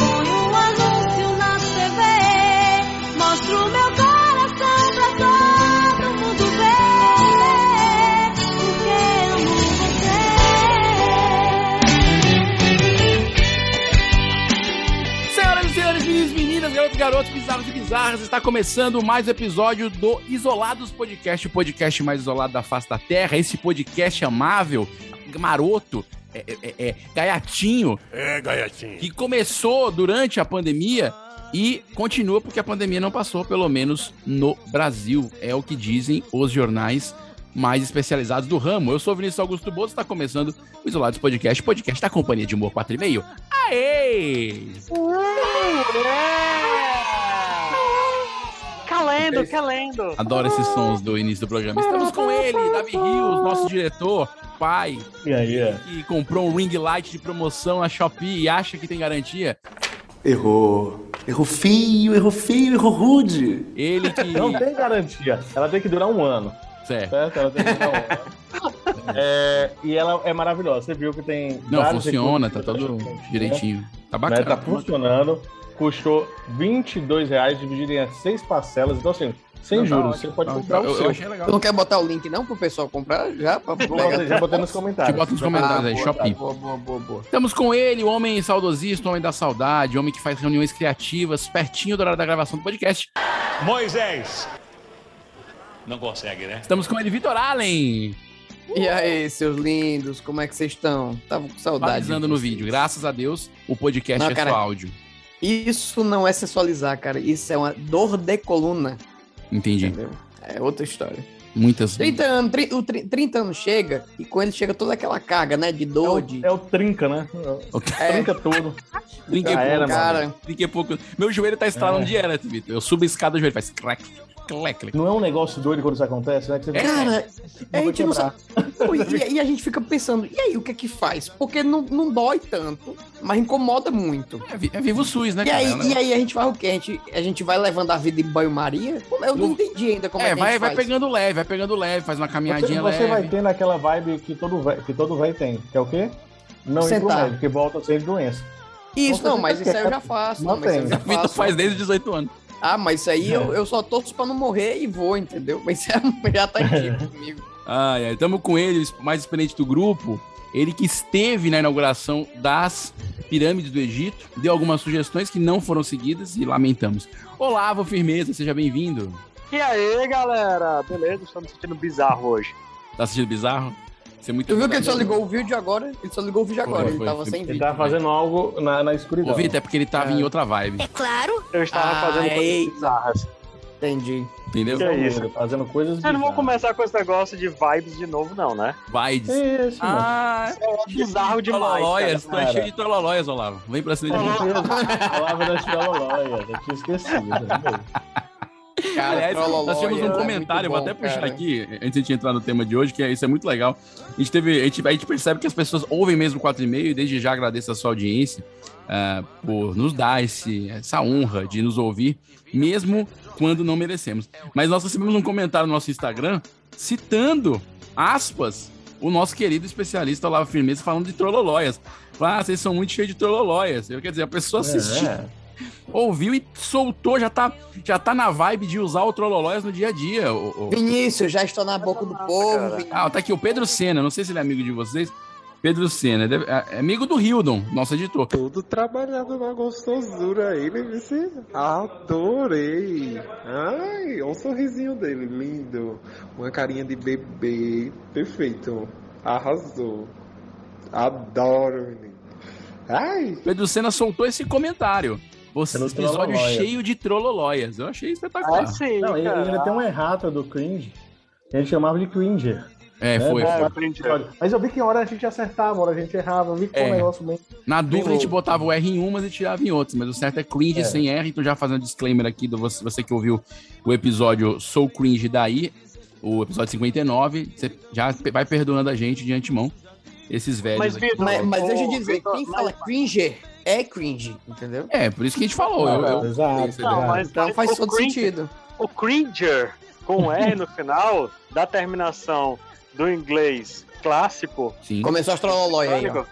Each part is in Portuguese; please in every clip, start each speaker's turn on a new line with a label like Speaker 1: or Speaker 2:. Speaker 1: Ponho um anúncio na TV. Mostro meu coração pra todo mundo ver. Porque amo você.
Speaker 2: Senhoras e senhores, meninos, meninas, garotos, garotos, bizarros e bizarras, está começando mais um episódio do Isolados Podcast, o podcast mais isolado da face da Terra. Esse podcast amável, maroto, é, é, é, é, gaiatinho,
Speaker 3: É, gaiatinho.
Speaker 2: que começou durante a pandemia e continua porque a pandemia não passou, pelo menos no Brasil. É o que dizem os jornais mais especializados do ramo. Eu sou o Vinícius Augusto Bozo, está começando o Isolados Podcast, podcast da Companhia de Humor 4,5. Aê!
Speaker 4: Calendo, calendo.
Speaker 2: Adoro esses sons do início do programa. Estamos com ele, Davi Rios, nosso diretor, pai,
Speaker 5: E aí, é?
Speaker 2: que comprou um ring light de promoção na Shopee e acha que tem garantia.
Speaker 6: Errou. Errou feio, errou feio, errou rude.
Speaker 2: Ele que. é.
Speaker 7: Não tem garantia. Ela tem que durar um ano,
Speaker 2: Certo.
Speaker 7: certo? Ela tem que durar um ano. É, e ela é maravilhosa. Você viu que tem.
Speaker 2: Não,
Speaker 7: vários
Speaker 2: funciona, tá
Speaker 7: recursos,
Speaker 2: todo
Speaker 7: né?
Speaker 2: direitinho. Tá
Speaker 7: Né?
Speaker 2: bacana.
Speaker 7: Tá funcionando. Custou 22 reais, dividido em seis parcelas. Então, assim, sem
Speaker 2: Não, tá
Speaker 7: juros,
Speaker 2: ótimo.
Speaker 7: você pode
Speaker 2: Tá,
Speaker 7: comprar o
Speaker 2: eu,
Speaker 7: seu.
Speaker 2: eu achei legal.
Speaker 8: Tu não quer botar o link não pro pessoal comprar já? Pra
Speaker 7: Vou botar- já botei nos
Speaker 2: Te
Speaker 7: comentários.
Speaker 2: bota nos comentários aí, Shopee.
Speaker 8: Boa, boa, boa, boa.
Speaker 2: Estamos com ele, o homem saudosista, o homem da saudade, o homem que faz reuniões criativas pertinho da hora da gravação do podcast.
Speaker 3: Moisés. Não consegue, né?
Speaker 2: Estamos com ele, Vitor Allen,
Speaker 8: E aí, seus lindos, como é que vocês estão? Tava com saudade.
Speaker 2: balizando
Speaker 8: de
Speaker 2: no
Speaker 8: vocês.
Speaker 2: vídeo. Graças a Deus, o podcast
Speaker 8: Não,
Speaker 2: é
Speaker 8: cara.
Speaker 2: só áudio.
Speaker 8: Isso não é sensualizar, cara. Isso é uma dor de coluna,
Speaker 2: Entendi.
Speaker 8: entendeu? É Então, outra história.
Speaker 2: Muitas.
Speaker 8: 30 anos, tri- o tri- 30 anos chega e com ele chega toda aquela carga, né? De
Speaker 7: É
Speaker 8: dor, de...
Speaker 7: o, é o trinca, né?
Speaker 8: É.
Speaker 7: Trinca tudo.
Speaker 2: Brinquei
Speaker 7: Já
Speaker 2: pouco,
Speaker 7: era, mano.
Speaker 8: cara,
Speaker 2: Fiquei pouco. Meu joelho tá estralando
Speaker 7: É.
Speaker 2: direto, Vitor. Eu subo a escada, o joelho faz crack, clec, clec.
Speaker 7: Não é um negócio doido quando isso acontece,
Speaker 2: É,
Speaker 7: né? Que você fica,
Speaker 8: Cara, a
Speaker 7: vou
Speaker 8: gente não
Speaker 7: quebrar.
Speaker 8: sabe. Pô, E, e a gente fica pensando, e aí, o que é que faz? Porque não, não dói tanto, mas incomoda muito.
Speaker 2: É, vi- é vivo o SUS, né,
Speaker 8: E
Speaker 2: cara?
Speaker 8: aí,
Speaker 2: É um
Speaker 8: e
Speaker 2: negócio-
Speaker 8: aí a gente vai o quê? A gente, a gente vai levando a vida em banho-maria? Como- Eu não entendi ainda como é,
Speaker 2: é,
Speaker 8: que a
Speaker 2: vai,
Speaker 8: gente
Speaker 2: vai
Speaker 8: faz.
Speaker 2: pegando leve, vai pegando leve, faz uma
Speaker 7: Você,
Speaker 2: caminhadinha
Speaker 7: você vai
Speaker 2: leve.
Speaker 7: tendo aquela vibe que todo velho, que todo velho tem, que é o quê? Não ir pro
Speaker 8: Sentar.
Speaker 2: tá.
Speaker 7: médico, que volta sem doença.
Speaker 8: Isso, não, mas isso aí eu já
Speaker 7: Quieto.
Speaker 8: faço.
Speaker 7: Não
Speaker 8: Não, mas isso
Speaker 7: tem.
Speaker 8: eu já
Speaker 2: O Vitor
Speaker 8: faço.
Speaker 2: faz desde os 18 anos.
Speaker 8: Ah, mas isso aí eu, eu só torço pra não morrer e vou, entendeu? Mas isso é- já tá antigo comigo.
Speaker 2: Ai, ai, tamo com ele, o mais experiente do grupo. Ele que esteve na inauguração das pirâmides do Egito, deu algumas sugestões que não foram seguidas e lamentamos. Olavo Firmeza, seja bem-vindo.
Speaker 4: E aí, galera? Beleza? Estou me sentindo bizarro hoje.
Speaker 2: Tá assistindo bizarro? Você é muito
Speaker 8: Tu viu que ele só ligou o vídeo agora? Ele só ligou o vídeo
Speaker 2: Foi,
Speaker 8: agora, ele
Speaker 2: foi,
Speaker 8: tava
Speaker 2: foi.
Speaker 8: sem
Speaker 7: Ele
Speaker 8: vídeo.
Speaker 7: tá fazendo algo na, na escuridão.
Speaker 2: Ô, Vitor, é porque ele tava em outra vibe,
Speaker 1: É claro.
Speaker 4: Eu estava
Speaker 8: Ah,
Speaker 4: fazendo
Speaker 8: ei.
Speaker 4: coisas bizarras.
Speaker 8: Entendi.
Speaker 2: entendeu?
Speaker 4: Que é isso?
Speaker 7: Ele tá Fazendo coisas
Speaker 4: Vocês não vão
Speaker 7: bizarras.
Speaker 4: começar com esse negócio de vibes de novo, não, né?
Speaker 2: Vibes.
Speaker 7: É Isso, mano.
Speaker 2: Ah,
Speaker 4: É bizarro demais.
Speaker 2: Trololóias,
Speaker 4: cara.
Speaker 2: tu é cheio de trololóias, Olavo. Vem pra cima de mim.
Speaker 7: Eu falava da Chilolóia, eu tinha esquecido. né?
Speaker 8: Cara,
Speaker 2: Aliás,
Speaker 8: trololó,
Speaker 2: nós tivemos
Speaker 8: é
Speaker 2: um
Speaker 8: muito
Speaker 2: comentário, vou
Speaker 8: bom,
Speaker 2: até puxar
Speaker 8: cara.
Speaker 2: aqui, antes de entrar no tema de hoje, que é- isso é muito legal. A gente, teve, a gente, a gente percebe que as pessoas ouvem mesmo o 4 e meio, e desde já agradeço a sua audiência ah, por nos dar esse- essa honra de nos ouvir, mesmo quando não merecemos. Mas nós recebemos um comentário no nosso Instagram citando, aspas, o nosso querido especialista Olavo Firmeza falando de trololóias. Ah, vocês são muito cheios de trololóias. Eu, quer dizer, a pessoa assistiu
Speaker 7: É.
Speaker 2: ouviu e soltou, já tá, já tá na vibe de usar o Trololóias no dia a dia. ô- ô.
Speaker 8: Vinícius, já estou na boca do povo. Vinícius.
Speaker 2: Ah, tá aqui o Pedro Senna, não sei se ele é amigo de vocês. Pedro Senna, deve- é é amigo do Hildon, nosso editor.
Speaker 9: Todo trabalhado na gostosura aí, né, Vici? Adorei! Ai, olha o sorrisinho dele, lindo! Uma carinha de bebê, perfeito! Arrasou! Adoro, menino! Ai!
Speaker 2: Pedro Senna soltou esse comentário. Você,
Speaker 7: Pelo
Speaker 2: esse episódio
Speaker 7: Trololóias.
Speaker 2: cheio de Trololóias. Eu achei espetacular.
Speaker 4: É sim,
Speaker 7: Não, e
Speaker 4: cara.
Speaker 7: ainda tem uma errata do cringe. que A gente chamava de cringer.
Speaker 2: É,
Speaker 7: né?
Speaker 2: foi.
Speaker 7: Bom,
Speaker 4: É,
Speaker 2: foi.
Speaker 4: eu aprendi.
Speaker 7: Mas eu vi que em hora a gente acertava, hora a gente errava. Eu vi que foi
Speaker 2: É.
Speaker 7: um negócio meio.
Speaker 2: Na dúvida, a gente
Speaker 7: Tem o-
Speaker 2: botava o R em umas e tirava em outras, mas o certo é cringe
Speaker 7: É.
Speaker 2: sem R. Então, já fazendo um disclaimer aqui, do você, você que ouviu o episódio Sou Cringe daí, o episódio 59, você já pe- vai perdoando a gente de antemão, esses velhos.
Speaker 4: Mas,
Speaker 2: aqui.
Speaker 4: Vitor,
Speaker 8: Mas, mas deixa eu
Speaker 4: Ô,
Speaker 8: dizer,
Speaker 4: Vitor,
Speaker 8: quem
Speaker 4: mas-
Speaker 8: fala cringer é cringe, entendeu?
Speaker 2: É, por isso que a gente falou. eu- eu-
Speaker 7: Exato.
Speaker 2: Você
Speaker 4: Não,
Speaker 7: exato.
Speaker 4: mas,
Speaker 8: Então
Speaker 4: mas
Speaker 8: faz
Speaker 4: o
Speaker 8: todo
Speaker 4: cringe-
Speaker 8: sentido.
Speaker 4: O cringer, com R no final, da terminação do inglês clássico.
Speaker 2: Sim.
Speaker 8: Começou a astrolói aí, ó.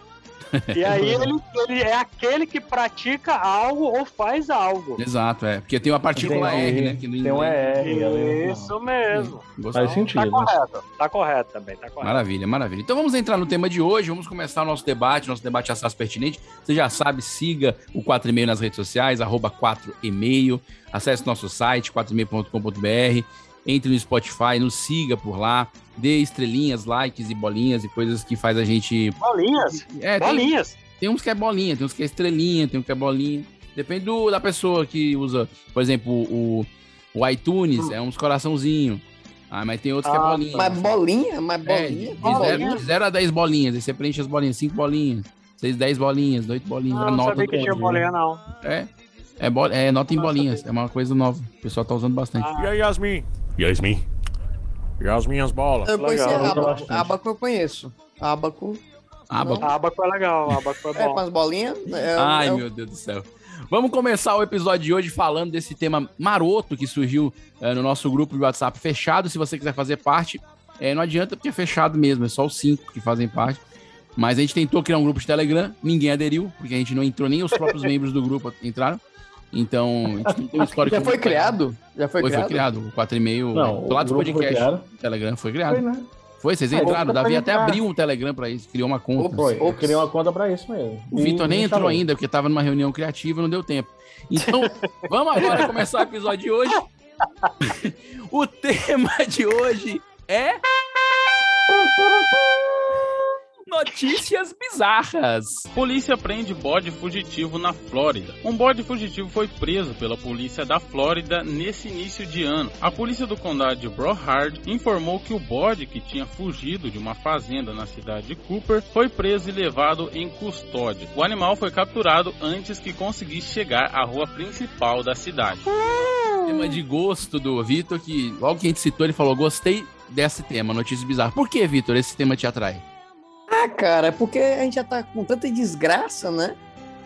Speaker 4: E aí ele, ele é aquele que pratica algo ou faz algo.
Speaker 2: Exato, é. Porque tem uma partícula
Speaker 7: Tem um
Speaker 2: R,
Speaker 7: R,
Speaker 2: né? Que no
Speaker 7: Tem um
Speaker 2: inglês-
Speaker 7: ER
Speaker 8: né?
Speaker 7: ali.
Speaker 4: Isso mesmo.
Speaker 2: Gostou?
Speaker 7: Faz
Speaker 4: Tá
Speaker 7: sentido. né?
Speaker 4: correto, tá correto também, tá correto.
Speaker 2: Maravilha, maravilha. Então vamos entrar no tema de hoje, vamos começar o nosso debate, nosso debate assaz pertinente. Você já sabe, siga o 4 e meio nas redes sociais, arroba 4 e meio, acesse nosso site, 4 meio.com.br, entre no Spotify, nos siga por lá, dê estrelinhas, likes e bolinhas e coisas que faz a gente...
Speaker 4: Bolinhas,
Speaker 2: É, tem,
Speaker 4: bolinhas.
Speaker 2: tem uns que é bolinha, tem uns que é estrelinha, tem uns que é bolinha. Depende do- da pessoa que usa, por exemplo, o, o iTunes, é uns coraçãozinho. Ah, mas tem outros que é
Speaker 4: Ah,
Speaker 2: bolinha.
Speaker 8: Mas bolinha, mas
Speaker 2: É, de, de
Speaker 8: bolinha.
Speaker 4: bolinha.
Speaker 2: zero, de zero a 10 bolinhas. Aí você preenche as bolinhas, 5 bolinhas, 6, 10 bolinhas, 8 bolinhas,
Speaker 4: Ah, Não, não
Speaker 2: anota
Speaker 4: sabia que
Speaker 2: tudo.
Speaker 4: tinha bolinha, não.
Speaker 2: É, é, bo- é nota em
Speaker 4: Não
Speaker 2: bolinhas, é uma coisa nova. O pessoal tá usando bastante.
Speaker 4: Ah,
Speaker 3: E aí, Yasmin? Yasmin? E as minhas bolas?
Speaker 8: Eu conheci
Speaker 4: Legal,
Speaker 8: a
Speaker 7: eu gosto
Speaker 8: Abaco.
Speaker 7: bastante.
Speaker 8: Abaco eu conheço. Abaco.
Speaker 2: Ah, bom.
Speaker 4: Abaco é legal, abaco é
Speaker 8: É, com
Speaker 4: bom.
Speaker 8: as bolinhas. É,
Speaker 2: Ai,
Speaker 8: é,
Speaker 2: meu Deus do céu. Vamos começar o episódio de hoje falando desse tema maroto que surgiu eh, no nosso grupo de WhatsApp fechado. Se você quiser fazer parte, eh, não adianta porque é fechado mesmo, é só os cinco que fazem parte. Mas a gente tentou criar um grupo de Telegram, ninguém aderiu, porque a gente não entrou, nem os próprios membros do grupo entraram. Então, a gente não tem um histórico.
Speaker 8: Já foi criado? Já foi
Speaker 2: Foi, foi
Speaker 8: criado?
Speaker 2: criado. O 4 e meio,
Speaker 7: Não,
Speaker 2: do lado do
Speaker 7: o grupo foi
Speaker 2: podcast,
Speaker 7: criado.
Speaker 2: o Telegram foi
Speaker 7: Foi,
Speaker 2: criado.
Speaker 7: né?
Speaker 2: Foi, vocês
Speaker 7: Ah,
Speaker 2: entraram. O
Speaker 7: eu
Speaker 2: Davi
Speaker 7: também
Speaker 2: até
Speaker 7: entrar.
Speaker 2: abriu um Telegram pra isso, criou uma conta.
Speaker 8: Opa,
Speaker 7: Foi. Eu
Speaker 8: Ops.
Speaker 7: criei uma conta pra isso mesmo.
Speaker 2: O Vitor nem
Speaker 7: E
Speaker 2: entrou
Speaker 7: instalei.
Speaker 2: ainda, porque tava numa reunião criativa, não deu tempo. Então, vamos agora começar o episódio de hoje. o tema de hoje é. Notícias bizarras.
Speaker 5: Polícia prende bode fugitivo na Flórida. Um bode fugitivo foi preso pela polícia da Flórida nesse início de ano. A polícia do condado de Broward informou que o bode que tinha fugido de uma fazenda na cidade de Cooper foi preso e levado em custódia. O animal foi capturado antes que conseguisse chegar à rua principal da cidade.
Speaker 2: Tema de gosto do Vitor, que logo que a gente citou, ele falou: gostei desse tema, notícias bizarras. Por que, Vitor, esse tema te atrai?
Speaker 8: Ah, cara, é porque a gente já tá com tanta desgraça, né?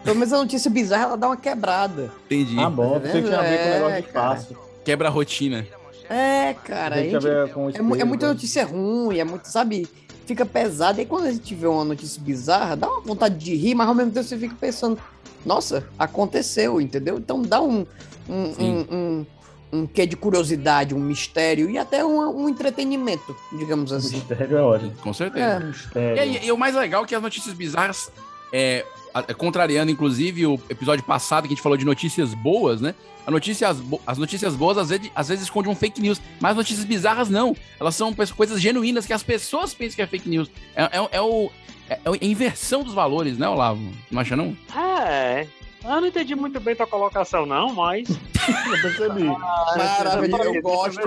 Speaker 8: Pelo menos a notícia bizarra, ela dá uma quebrada.
Speaker 2: Entendi.
Speaker 7: Ah, bom.
Speaker 8: Tá
Speaker 7: Você tinha a ver com o
Speaker 8: vendo?
Speaker 7: negócio
Speaker 8: É,
Speaker 7: de
Speaker 8: cara.
Speaker 7: fácil.
Speaker 2: Quebra a rotina.
Speaker 8: É, cara, a
Speaker 7: Tem que
Speaker 8: gente
Speaker 7: ver com o
Speaker 8: É, mu- é
Speaker 7: espelho,
Speaker 8: muita
Speaker 7: né?
Speaker 8: notícia ruim, é muito, sabe? Fica pesado. E aí, quando a gente vê uma notícia bizarra, dá uma vontade de rir, mas ao mesmo tempo você fica pensando, nossa, aconteceu, entendeu? Então dá um, um,
Speaker 2: Sim.
Speaker 8: um, um, um quê de curiosidade, um mistério e até um, um entretenimento, digamos assim.
Speaker 7: Mistério é ótimo.
Speaker 2: Com certeza.
Speaker 8: É,
Speaker 7: Mistério.
Speaker 2: E, aí, e o mais legal é que as notícias bizarras, é, a- contrariando inclusive o episódio passado que a gente falou de notícias boas, né? A notícia- as, bo- as notícias boas às vezes, às vezes escondem um fake news, mas as notícias bizarras não. Elas são pe- coisas genuínas que as pessoas pensam que é fake news. É, é- é o, é, é a inversão dos valores, né, Olavo? Não acha, não?
Speaker 4: É. Eu não entendi muito bem tua colocação, não, mas.
Speaker 7: Eu percebi.
Speaker 8: maravilha, eu gosto.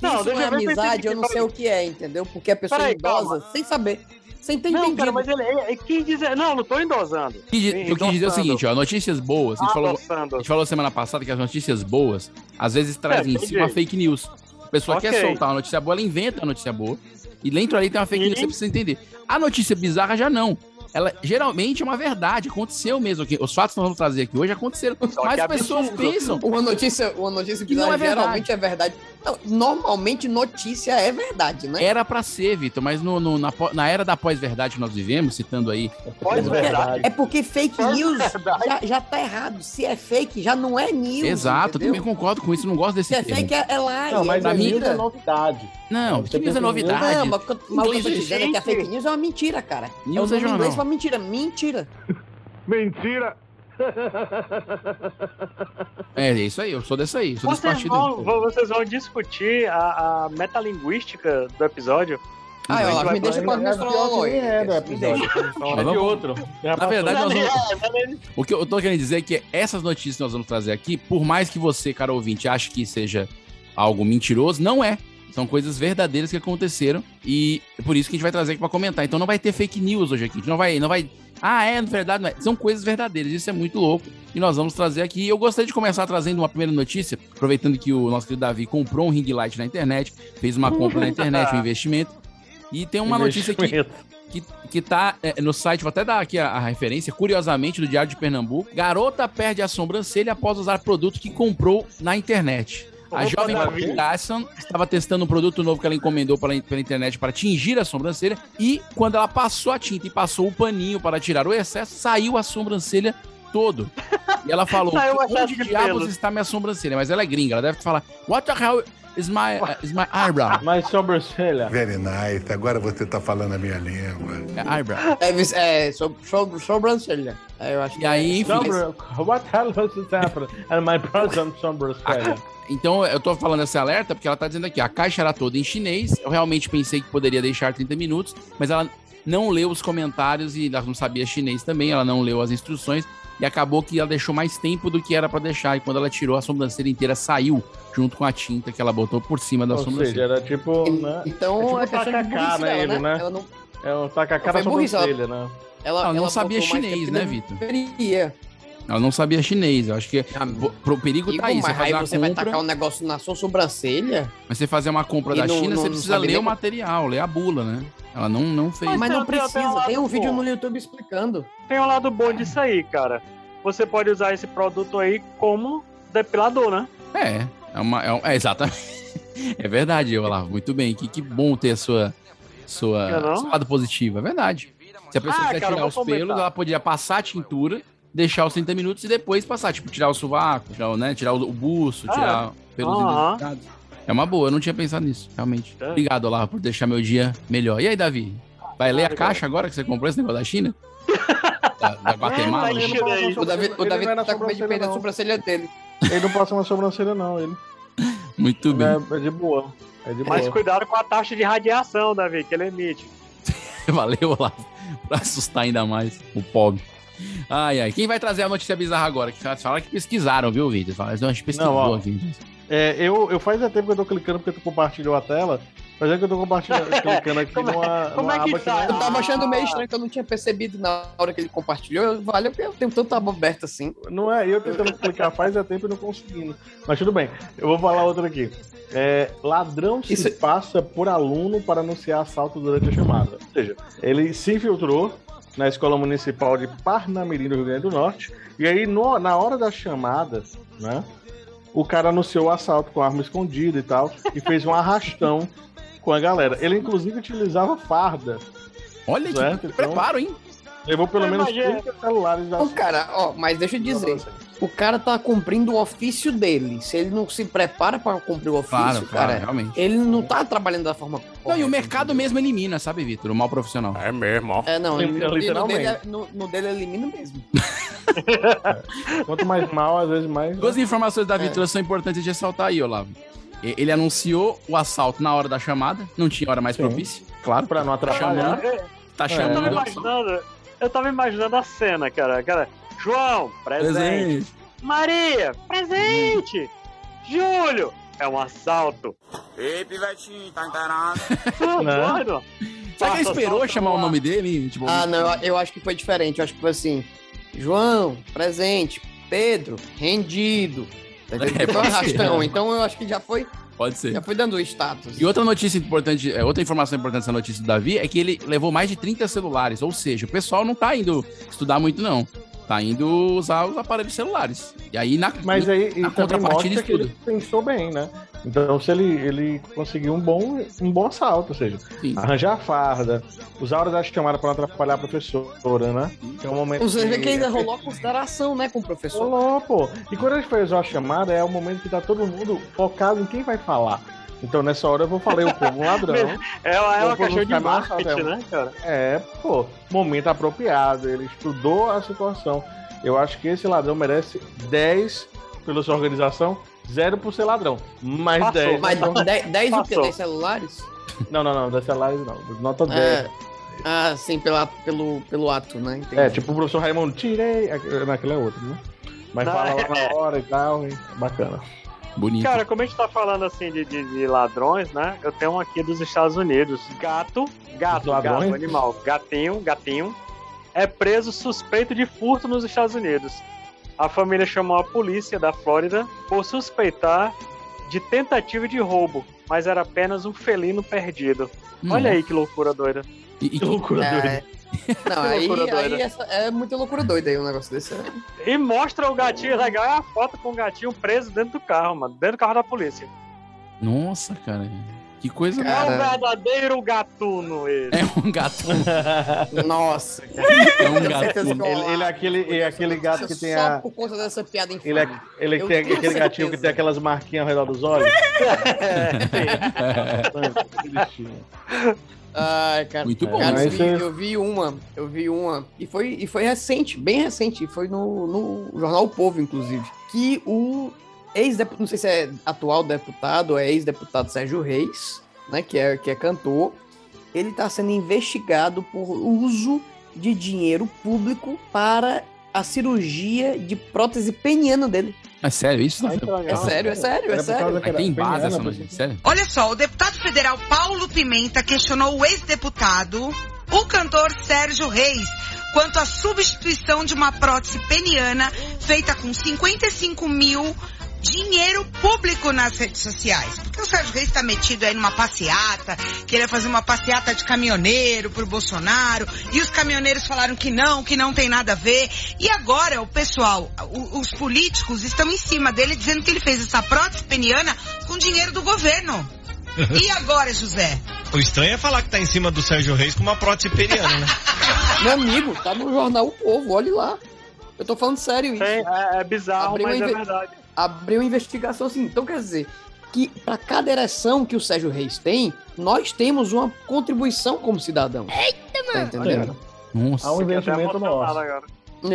Speaker 4: Não,
Speaker 8: Isso
Speaker 4: deixa
Speaker 8: é
Speaker 4: eu ver se eu
Speaker 8: amizade,
Speaker 4: entendi,
Speaker 8: eu não sei o que é, entendeu? Porque a pessoa
Speaker 4: Peraí,
Speaker 8: é idosa, sem saber, sem ter
Speaker 4: Não,
Speaker 8: entendido.
Speaker 4: cara, mas ele, ele, ele quis dizer. Não, não tô endosando.
Speaker 2: Eu quis- Eu quis dizer o seguinte, ó, notícias boas, a gente falou,
Speaker 4: Adoçando.
Speaker 2: A gente falou semana passada que as notícias boas às vezes trazem em
Speaker 4: entendi.
Speaker 2: si uma fake news. A pessoa
Speaker 4: É, Ok.
Speaker 2: quer soltar uma notícia boa, ela inventa a notícia boa. E dentro ali tem uma fake
Speaker 4: E?
Speaker 2: news que você precisa entender. A notícia bizarra já não. Ela geralmente é uma verdade, aconteceu mesmo. aqui. Os fatos que nós vamos trazer aqui hoje aconteceram.
Speaker 4: Só
Speaker 2: mas
Speaker 4: que é
Speaker 2: as pessoas
Speaker 4: absurdo.
Speaker 2: pensam.
Speaker 8: Uma notícia, uma notícia
Speaker 2: Que não
Speaker 8: bizarra
Speaker 2: é verdade.
Speaker 8: geralmente é verdade. Não, normalmente notícia é verdade, né?
Speaker 2: Era pra ser, Vitor, mas no, no- na, pó- na era da pós-verdade que nós vivemos, citando aí.
Speaker 4: Pós-verdade.
Speaker 8: É porque fake news
Speaker 4: Verdade.
Speaker 8: já, já tá errado. Se é fake, já não é news.
Speaker 2: Exato, eu
Speaker 8: entendeu?
Speaker 2: também concordo com isso, não gosto desse
Speaker 8: Se é
Speaker 2: termo.
Speaker 8: fake, é, é lá.
Speaker 7: Não, mas
Speaker 2: Pra
Speaker 7: a
Speaker 2: mim-
Speaker 7: news é novidade.
Speaker 2: Não,
Speaker 7: Você
Speaker 2: que news é
Speaker 7: pensa em
Speaker 2: novidade.
Speaker 8: Não, mas o que eu- mas o que eu tô
Speaker 2: Inclusive,
Speaker 8: dizendo é que a
Speaker 4: gente-
Speaker 8: fake news é uma mentira, cara.
Speaker 2: News
Speaker 8: é
Speaker 2: é
Speaker 8: o nome em
Speaker 2: jornal.
Speaker 8: inglês pra mentira. Mentira.
Speaker 3: Mentira!
Speaker 2: É, é isso aí, eu sou dessa aí, eu sou desse
Speaker 4: Vocês
Speaker 2: partido.
Speaker 4: vão, vão- vocês vão discutir a, a metalinguística do episódio?
Speaker 8: Ah,
Speaker 2: Não,
Speaker 8: eu
Speaker 2: a
Speaker 8: lá,
Speaker 2: gente
Speaker 8: me deixa com as minhas
Speaker 7: Nem
Speaker 2: né,
Speaker 7: é do episódio.
Speaker 2: Mas
Speaker 7: É de
Speaker 2: vamos-
Speaker 7: outro. Já
Speaker 2: Na
Speaker 7: passou.
Speaker 2: verdade, nós vamos,
Speaker 4: É,
Speaker 2: O que eu tô querendo dizer é que essas notícias que nós vamos trazer aqui, por mais que você, cara ouvinte, ache que seja algo mentiroso, não é. São coisas verdadeiras que aconteceram e é por isso que a gente vai trazer aqui pra comentar. Então não vai ter fake news hoje aqui. A gente não vai, não vai. Ah, é verdade, não é. São coisas verdadeiras. Isso é muito louco. e nós vamos trazer aqui. Eu gostaria de começar trazendo uma primeira notícia, aproveitando que o nosso querido Davi comprou um ring light na internet, fez uma compra na internet, um investimento. E tem uma notícia aqui que, que tá é, no site, vou até dar aqui a, a referência, curiosamente, do Diário de Pernambuco. Garota perde a sobrancelha após usar produto que comprou na internet. A
Speaker 4: Opa,
Speaker 2: jovem
Speaker 4: Davi.
Speaker 2: Kim Dyson estava testando um produto novo que ela encomendou pela, pela internet para tingir a sobrancelha. E quando ela passou a tinta e passou o paninho para tirar o excesso, saiu a sobrancelha todo. E ela falou:
Speaker 4: Saiu o excesso
Speaker 2: Onde
Speaker 4: de
Speaker 2: diabos
Speaker 4: pelos."
Speaker 2: está minha sobrancelha? Mas ela é gringa, ela deve falar: What the hell is my, uh, is my eyebrow?
Speaker 7: Mas sobrancelha.
Speaker 10: Very nice, agora você tá falando a minha língua.
Speaker 2: eyebrow.
Speaker 8: Deve- É, sobre sobre- sobrancelha. É, eu acho
Speaker 2: E aí, enfim.
Speaker 7: Sobra... What the hell has this happened? And my present sobrancelha.
Speaker 2: Então, eu tô falando esse alerta porque ela tá dizendo aqui, a caixa era toda em chinês, eu realmente pensei que poderia deixar 30 minutos, mas ela não leu os comentários e ela não sabia chinês também, ela não leu as instruções e acabou que ela deixou mais tempo do que era pra deixar e quando ela tirou a sobrancelha inteira saiu junto com a tinta que ela botou por cima da
Speaker 7: Ou seja,
Speaker 2: sobrancelha.
Speaker 7: era tipo.
Speaker 8: Então,
Speaker 7: Né?
Speaker 8: então
Speaker 7: tipo
Speaker 8: é questão de
Speaker 7: tacacá,
Speaker 8: burrice
Speaker 7: né,
Speaker 8: dela,
Speaker 7: ele,
Speaker 8: né?
Speaker 7: né?
Speaker 8: Ela não,
Speaker 7: É um tacacar na
Speaker 8: Foi burrice, ela-
Speaker 7: sobrancelha, né?
Speaker 8: ela,
Speaker 2: Ela não
Speaker 8: ela
Speaker 2: sabia
Speaker 8: botou mais
Speaker 2: chinês,
Speaker 8: tempo
Speaker 2: né,
Speaker 8: que
Speaker 2: Vitor?
Speaker 8: Deveria.
Speaker 2: Ela não sabia chinês, eu acho que
Speaker 8: Ah,
Speaker 2: o pro perigo
Speaker 8: Igor,
Speaker 2: tá aí, você
Speaker 8: mas
Speaker 2: fazer
Speaker 8: aí
Speaker 2: uma
Speaker 8: você vai
Speaker 2: compra,
Speaker 8: tacar um negócio na sua sobrancelha?
Speaker 2: mas você fazer uma compra
Speaker 8: E
Speaker 2: da
Speaker 8: não-
Speaker 2: China,
Speaker 8: não-
Speaker 2: você
Speaker 8: não
Speaker 2: precisa
Speaker 8: sabe
Speaker 2: ler
Speaker 8: nem
Speaker 2: o
Speaker 8: como-
Speaker 2: material, ler a bula, né? Ela não, não fez.
Speaker 8: Mas
Speaker 4: tem-
Speaker 8: não
Speaker 4: tem- tem um
Speaker 8: precisa,
Speaker 4: lado
Speaker 8: tem um vídeo
Speaker 4: bom.
Speaker 8: no YouTube explicando.
Speaker 4: Tem um lado bom disso aí, cara. Você pode usar esse produto aí como depilador, né?
Speaker 2: É, é uma. É, um- é exatamente. É verdade, Olavo. Muito bem. Que, que bom ter a sua,
Speaker 4: Eu
Speaker 2: sua,
Speaker 4: não?
Speaker 2: seu lado positivo. É verdade. Se a pessoa
Speaker 4: Ah,
Speaker 2: quiser
Speaker 4: cara, eu
Speaker 2: tirar
Speaker 4: vou
Speaker 2: os
Speaker 4: comentar.
Speaker 2: pelos, ela poderia passar a tintura, deixar os 30 minutos e depois passar. Tipo, tirar o sovaco, tirar, o, né, tirar o, o buço,
Speaker 4: Ah,
Speaker 2: tirar pelos
Speaker 4: aham.
Speaker 2: indesejados. É uma boa, eu não tinha pensado nisso, realmente.
Speaker 4: Tá.
Speaker 2: Obrigado, Olavo, por deixar meu dia melhor. E aí, Davi? Vai ler a
Speaker 4: Ah, Obrigado.
Speaker 2: caixa agora que você comprou esse negócio da China? Da,
Speaker 8: É,
Speaker 2: da Guatemala?
Speaker 4: Não,
Speaker 2: né?
Speaker 4: mas eu não-
Speaker 8: O Davi, o
Speaker 7: Ele
Speaker 8: Davi
Speaker 7: não é na
Speaker 8: tá com medo de
Speaker 7: sobrancelha,
Speaker 8: perder a
Speaker 7: não.
Speaker 8: sobrancelha dele.
Speaker 7: Ele não passa na sobrancelha, não. Ele
Speaker 2: Muito bem.
Speaker 7: é, é de boa. É de
Speaker 4: Mas
Speaker 7: boa.
Speaker 4: cuidado com a taxa de radiação, Davi, que ele é emite.
Speaker 2: Valeu, Olavo, pra assustar ainda mais o pobre. Ai, ai. Quem vai trazer a notícia bizarra agora? Que falaram que pesquisaram, viu, Vitor? Falaram, não, a gente pesquisou
Speaker 7: Não, ó.
Speaker 2: aqui.
Speaker 7: É, eu, eu faz tempo que eu tô clicando porque tu compartilhou a tela. Mas é que eu tô compartilhando, clicando aqui
Speaker 4: Como é-
Speaker 7: numa,
Speaker 4: como
Speaker 7: numa
Speaker 4: é que
Speaker 7: aba que
Speaker 4: tá?
Speaker 8: Eu
Speaker 7: não,
Speaker 8: tava achando meio estranho que eu não tinha percebido na hora que ele compartilhou. Eu, Valeu, porque eu tenho tanta aba aberta assim.
Speaker 7: não é eu tentando clicar faz tempo e não conseguindo. Mas tudo bem, eu vou falar outra aqui. É, ladrão se
Speaker 8: Isso-
Speaker 7: passa por aluno para anunciar assalto durante a chamada. Ou seja, ele se infiltrou na escola municipal de Parnamirim, do Rio Grande do Norte, e aí no- na hora da chamada, né, o cara anunciou o assalto com arma escondida e tal, e fez um arrastão com a galera. Ele inclusive utilizava farda.
Speaker 2: Olha que
Speaker 7: Certo, então.
Speaker 2: preparo, hein?
Speaker 7: Levou pelo
Speaker 4: Eu
Speaker 7: menos
Speaker 4: imagino.
Speaker 7: 30 celulares da
Speaker 8: Então, cara, ó, mas deixa eu dizer. O cara tá cumprindo o ofício dele. Se ele não se prepara pra cumprir o ofício,
Speaker 2: Claro,
Speaker 8: cara,
Speaker 2: claro, realmente.
Speaker 8: ele não tá trabalhando da forma.
Speaker 2: Não, e
Speaker 8: correta,
Speaker 2: o mercado
Speaker 8: entendeu?
Speaker 2: mesmo elimina, sabe, Vitor? O mal profissional.
Speaker 3: É mesmo, ó.
Speaker 8: É, não,
Speaker 7: Lim-
Speaker 8: no- no-
Speaker 7: literalmente.
Speaker 8: No, dele, no, no dele é elimina mesmo.
Speaker 7: Quanto mais mal, às vezes mais.
Speaker 2: Duas informações da
Speaker 8: É.
Speaker 2: Vitor são importantes de ressaltar aí, Olavo. E- Ele anunciou o assalto na hora da chamada, não tinha hora mais
Speaker 7: Sim.
Speaker 2: propícia, claro,
Speaker 7: Pra né? É. não atrapalhar.
Speaker 2: chamando.
Speaker 4: Eu,
Speaker 2: tá
Speaker 4: eu
Speaker 2: chamando
Speaker 4: tava
Speaker 2: o assalto.
Speaker 4: imaginando, eu tava imaginando a cena, cara. Cara, João, presente.
Speaker 2: Presente.
Speaker 4: Maria, presente.
Speaker 7: Hum.
Speaker 4: Júlio, é um assalto.
Speaker 3: Ei, pivetinho, tá encarado?
Speaker 4: Tá
Speaker 7: Né?
Speaker 4: doido?
Speaker 2: Será que ele
Speaker 4: Passa
Speaker 2: esperou
Speaker 4: assalto
Speaker 2: chamar
Speaker 4: no
Speaker 2: o
Speaker 4: ar.
Speaker 2: nome dele? hein? Tipo,
Speaker 8: Ah, não, eu, eu acho que foi diferente. Eu acho que foi assim: João, presente. Pedro, rendido. Tá entendendo?
Speaker 2: É,
Speaker 8: Foi um
Speaker 2: pode ser.
Speaker 8: arrastão.
Speaker 7: né?
Speaker 8: Então eu acho que já foi,
Speaker 2: pode ser.
Speaker 8: já foi dando o status.
Speaker 2: E outra notícia importante, é, outra informação importante dessa notícia do Davi é que ele levou mais de 30 celulares, ou seja, o pessoal não tá indo estudar muito, não. Tá indo usar os aparelhos celulares. E aí na.
Speaker 7: Mas é- aí
Speaker 2: A
Speaker 7: e também
Speaker 2: contrapartida
Speaker 7: mostra
Speaker 2: disso
Speaker 7: que ele pensou bem, né? Então, se ele, ele conseguiu um bom, um bom assalto, ou seja,
Speaker 2: Sim.
Speaker 7: arranjar a farda, usar a hora da chamada para não atrapalhar a professora, né? Que é um momento.
Speaker 8: Ou seja, que ainda rolou a consideração, né, com o professor.
Speaker 7: Rolou, pô. E quando a gente faz a chamada, é o momento que tá todo mundo focado em quem vai falar. Então, nessa hora, eu vou falar eu como um ladrão.
Speaker 4: É, uma- é
Speaker 7: Eu
Speaker 4: uma
Speaker 7: vou
Speaker 4: caixinha de
Speaker 7: buscar meu
Speaker 4: marketing,
Speaker 7: assalto, é um-
Speaker 4: né, cara?
Speaker 7: É, pô, momento apropriado. Ele estudou a situação. Eu acho que esse ladrão merece 10 pela sua organização, 0 por ser ladrão. Mais
Speaker 4: Passou,
Speaker 7: 10.
Speaker 8: Mas
Speaker 7: então-
Speaker 8: 10, o quê?
Speaker 4: Passou.
Speaker 8: 10 celulares?
Speaker 7: Não, não, não, das celulares não. Nota 10.
Speaker 8: É. Ah, sim, pela, pelo, pelo ato, né? Entendi.
Speaker 7: É, tipo o professor Raimundo, tirei. Aqu- Naquele é outro, né? Mas
Speaker 4: Não,
Speaker 7: fala lá
Speaker 4: é-
Speaker 7: na hora e tal, hein? Bacana.
Speaker 2: Bonito.
Speaker 4: Cara, como a gente tá falando assim de, de- de ladrões, né? Eu tenho um aqui dos Estados Unidos. Gato, gato,
Speaker 7: Ladrões?
Speaker 4: gato, animal. Gatinho, gatinho. É preso suspeito de furto nos Estados Unidos. a família chamou a polícia da Flórida por suspeitar de tentativa de roubo, mas era apenas um felino perdido.
Speaker 2: Hum.
Speaker 4: Olha aí que loucura doida.
Speaker 2: E,
Speaker 4: Que loucura
Speaker 8: É. Não,
Speaker 4: Que
Speaker 8: aí,
Speaker 4: loucura doida.
Speaker 8: aí essa- é muita loucura doida aí um negócio desse. né?
Speaker 4: E mostra o gatinho legal, é a foto com o gatinho preso dentro do carro, mano. Dentro do carro da polícia.
Speaker 2: Nossa, cara. Que coisa.
Speaker 4: É um verdadeiro gatuno ele.
Speaker 2: É um gato.
Speaker 8: Nossa,
Speaker 2: É um
Speaker 8: certeza
Speaker 2: gato.
Speaker 8: que eu-
Speaker 7: Ele, ele é aquele, é aquele gato que tem
Speaker 8: só
Speaker 7: a.
Speaker 8: por conta dessa piada
Speaker 7: Ele é,
Speaker 8: infame.
Speaker 7: ele
Speaker 8: Eu
Speaker 7: tem
Speaker 8: tenho
Speaker 7: aquele gatinho
Speaker 8: certeza.
Speaker 7: que tem aquelas marquinhas ao redor dos olhos.
Speaker 2: É,
Speaker 7: é
Speaker 8: Ai, cara.
Speaker 2: Muito bom.
Speaker 8: Cara, eu
Speaker 7: mas
Speaker 8: vi,
Speaker 7: é-
Speaker 8: eu vi uma, eu vi uma, e foi, e foi recente, bem recente, foi no, no Jornal O Povo, inclusive, que o ex-deputado, não sei se é atual deputado ou é ex-deputado Sérgio Reis, né, que é, que é cantor, ele está sendo investigado por uso de dinheiro público para a cirurgia de prótese peniana dele.
Speaker 2: É sério isso?
Speaker 7: Ai, que legal.
Speaker 8: É sério, é sério, é
Speaker 7: Era por causa
Speaker 8: sério.
Speaker 2: Aí
Speaker 7: daquela-
Speaker 2: tem base essa
Speaker 7: Peniana,
Speaker 2: notícia. Sério?
Speaker 11: Olha só, o deputado federal Paulo Pimenta questionou o ex-deputado, o cantor Sérgio Reis, quanto à substituição de uma prótese peniana feita com 55 mil dinheiro público nas redes sociais. Porque o Sérgio Reis está metido aí numa passeata, queria fazer uma passeata de caminhoneiro pro Bolsonaro, e os caminhoneiros falaram que não, que não tem nada a ver. E agora o pessoal, o- os políticos estão em cima dele dizendo que ele fez essa prótese peniana com dinheiro do governo. E agora, José?
Speaker 12: O estranho é falar que tá em cima do Sérgio Reis com uma prótese periana, né?
Speaker 8: Meu amigo, tá no Jornal O Povo, olhe lá. Eu tô falando sério isso.
Speaker 4: Tem- é, é bizarro,
Speaker 8: Abriu
Speaker 4: mas
Speaker 8: a
Speaker 4: é
Speaker 8: inve-
Speaker 4: verdade.
Speaker 8: abriu uma investigação assim. Então quer dizer que para cada ereção que o Sérgio Reis tem, nós temos uma contribuição como cidadão. Eita, mano! Tá entendendo?
Speaker 2: Nossa.
Speaker 7: Há um
Speaker 4: Fiquei é até né,
Speaker 7: investimento
Speaker 4: emocionado
Speaker 7: nosso.
Speaker 4: agora.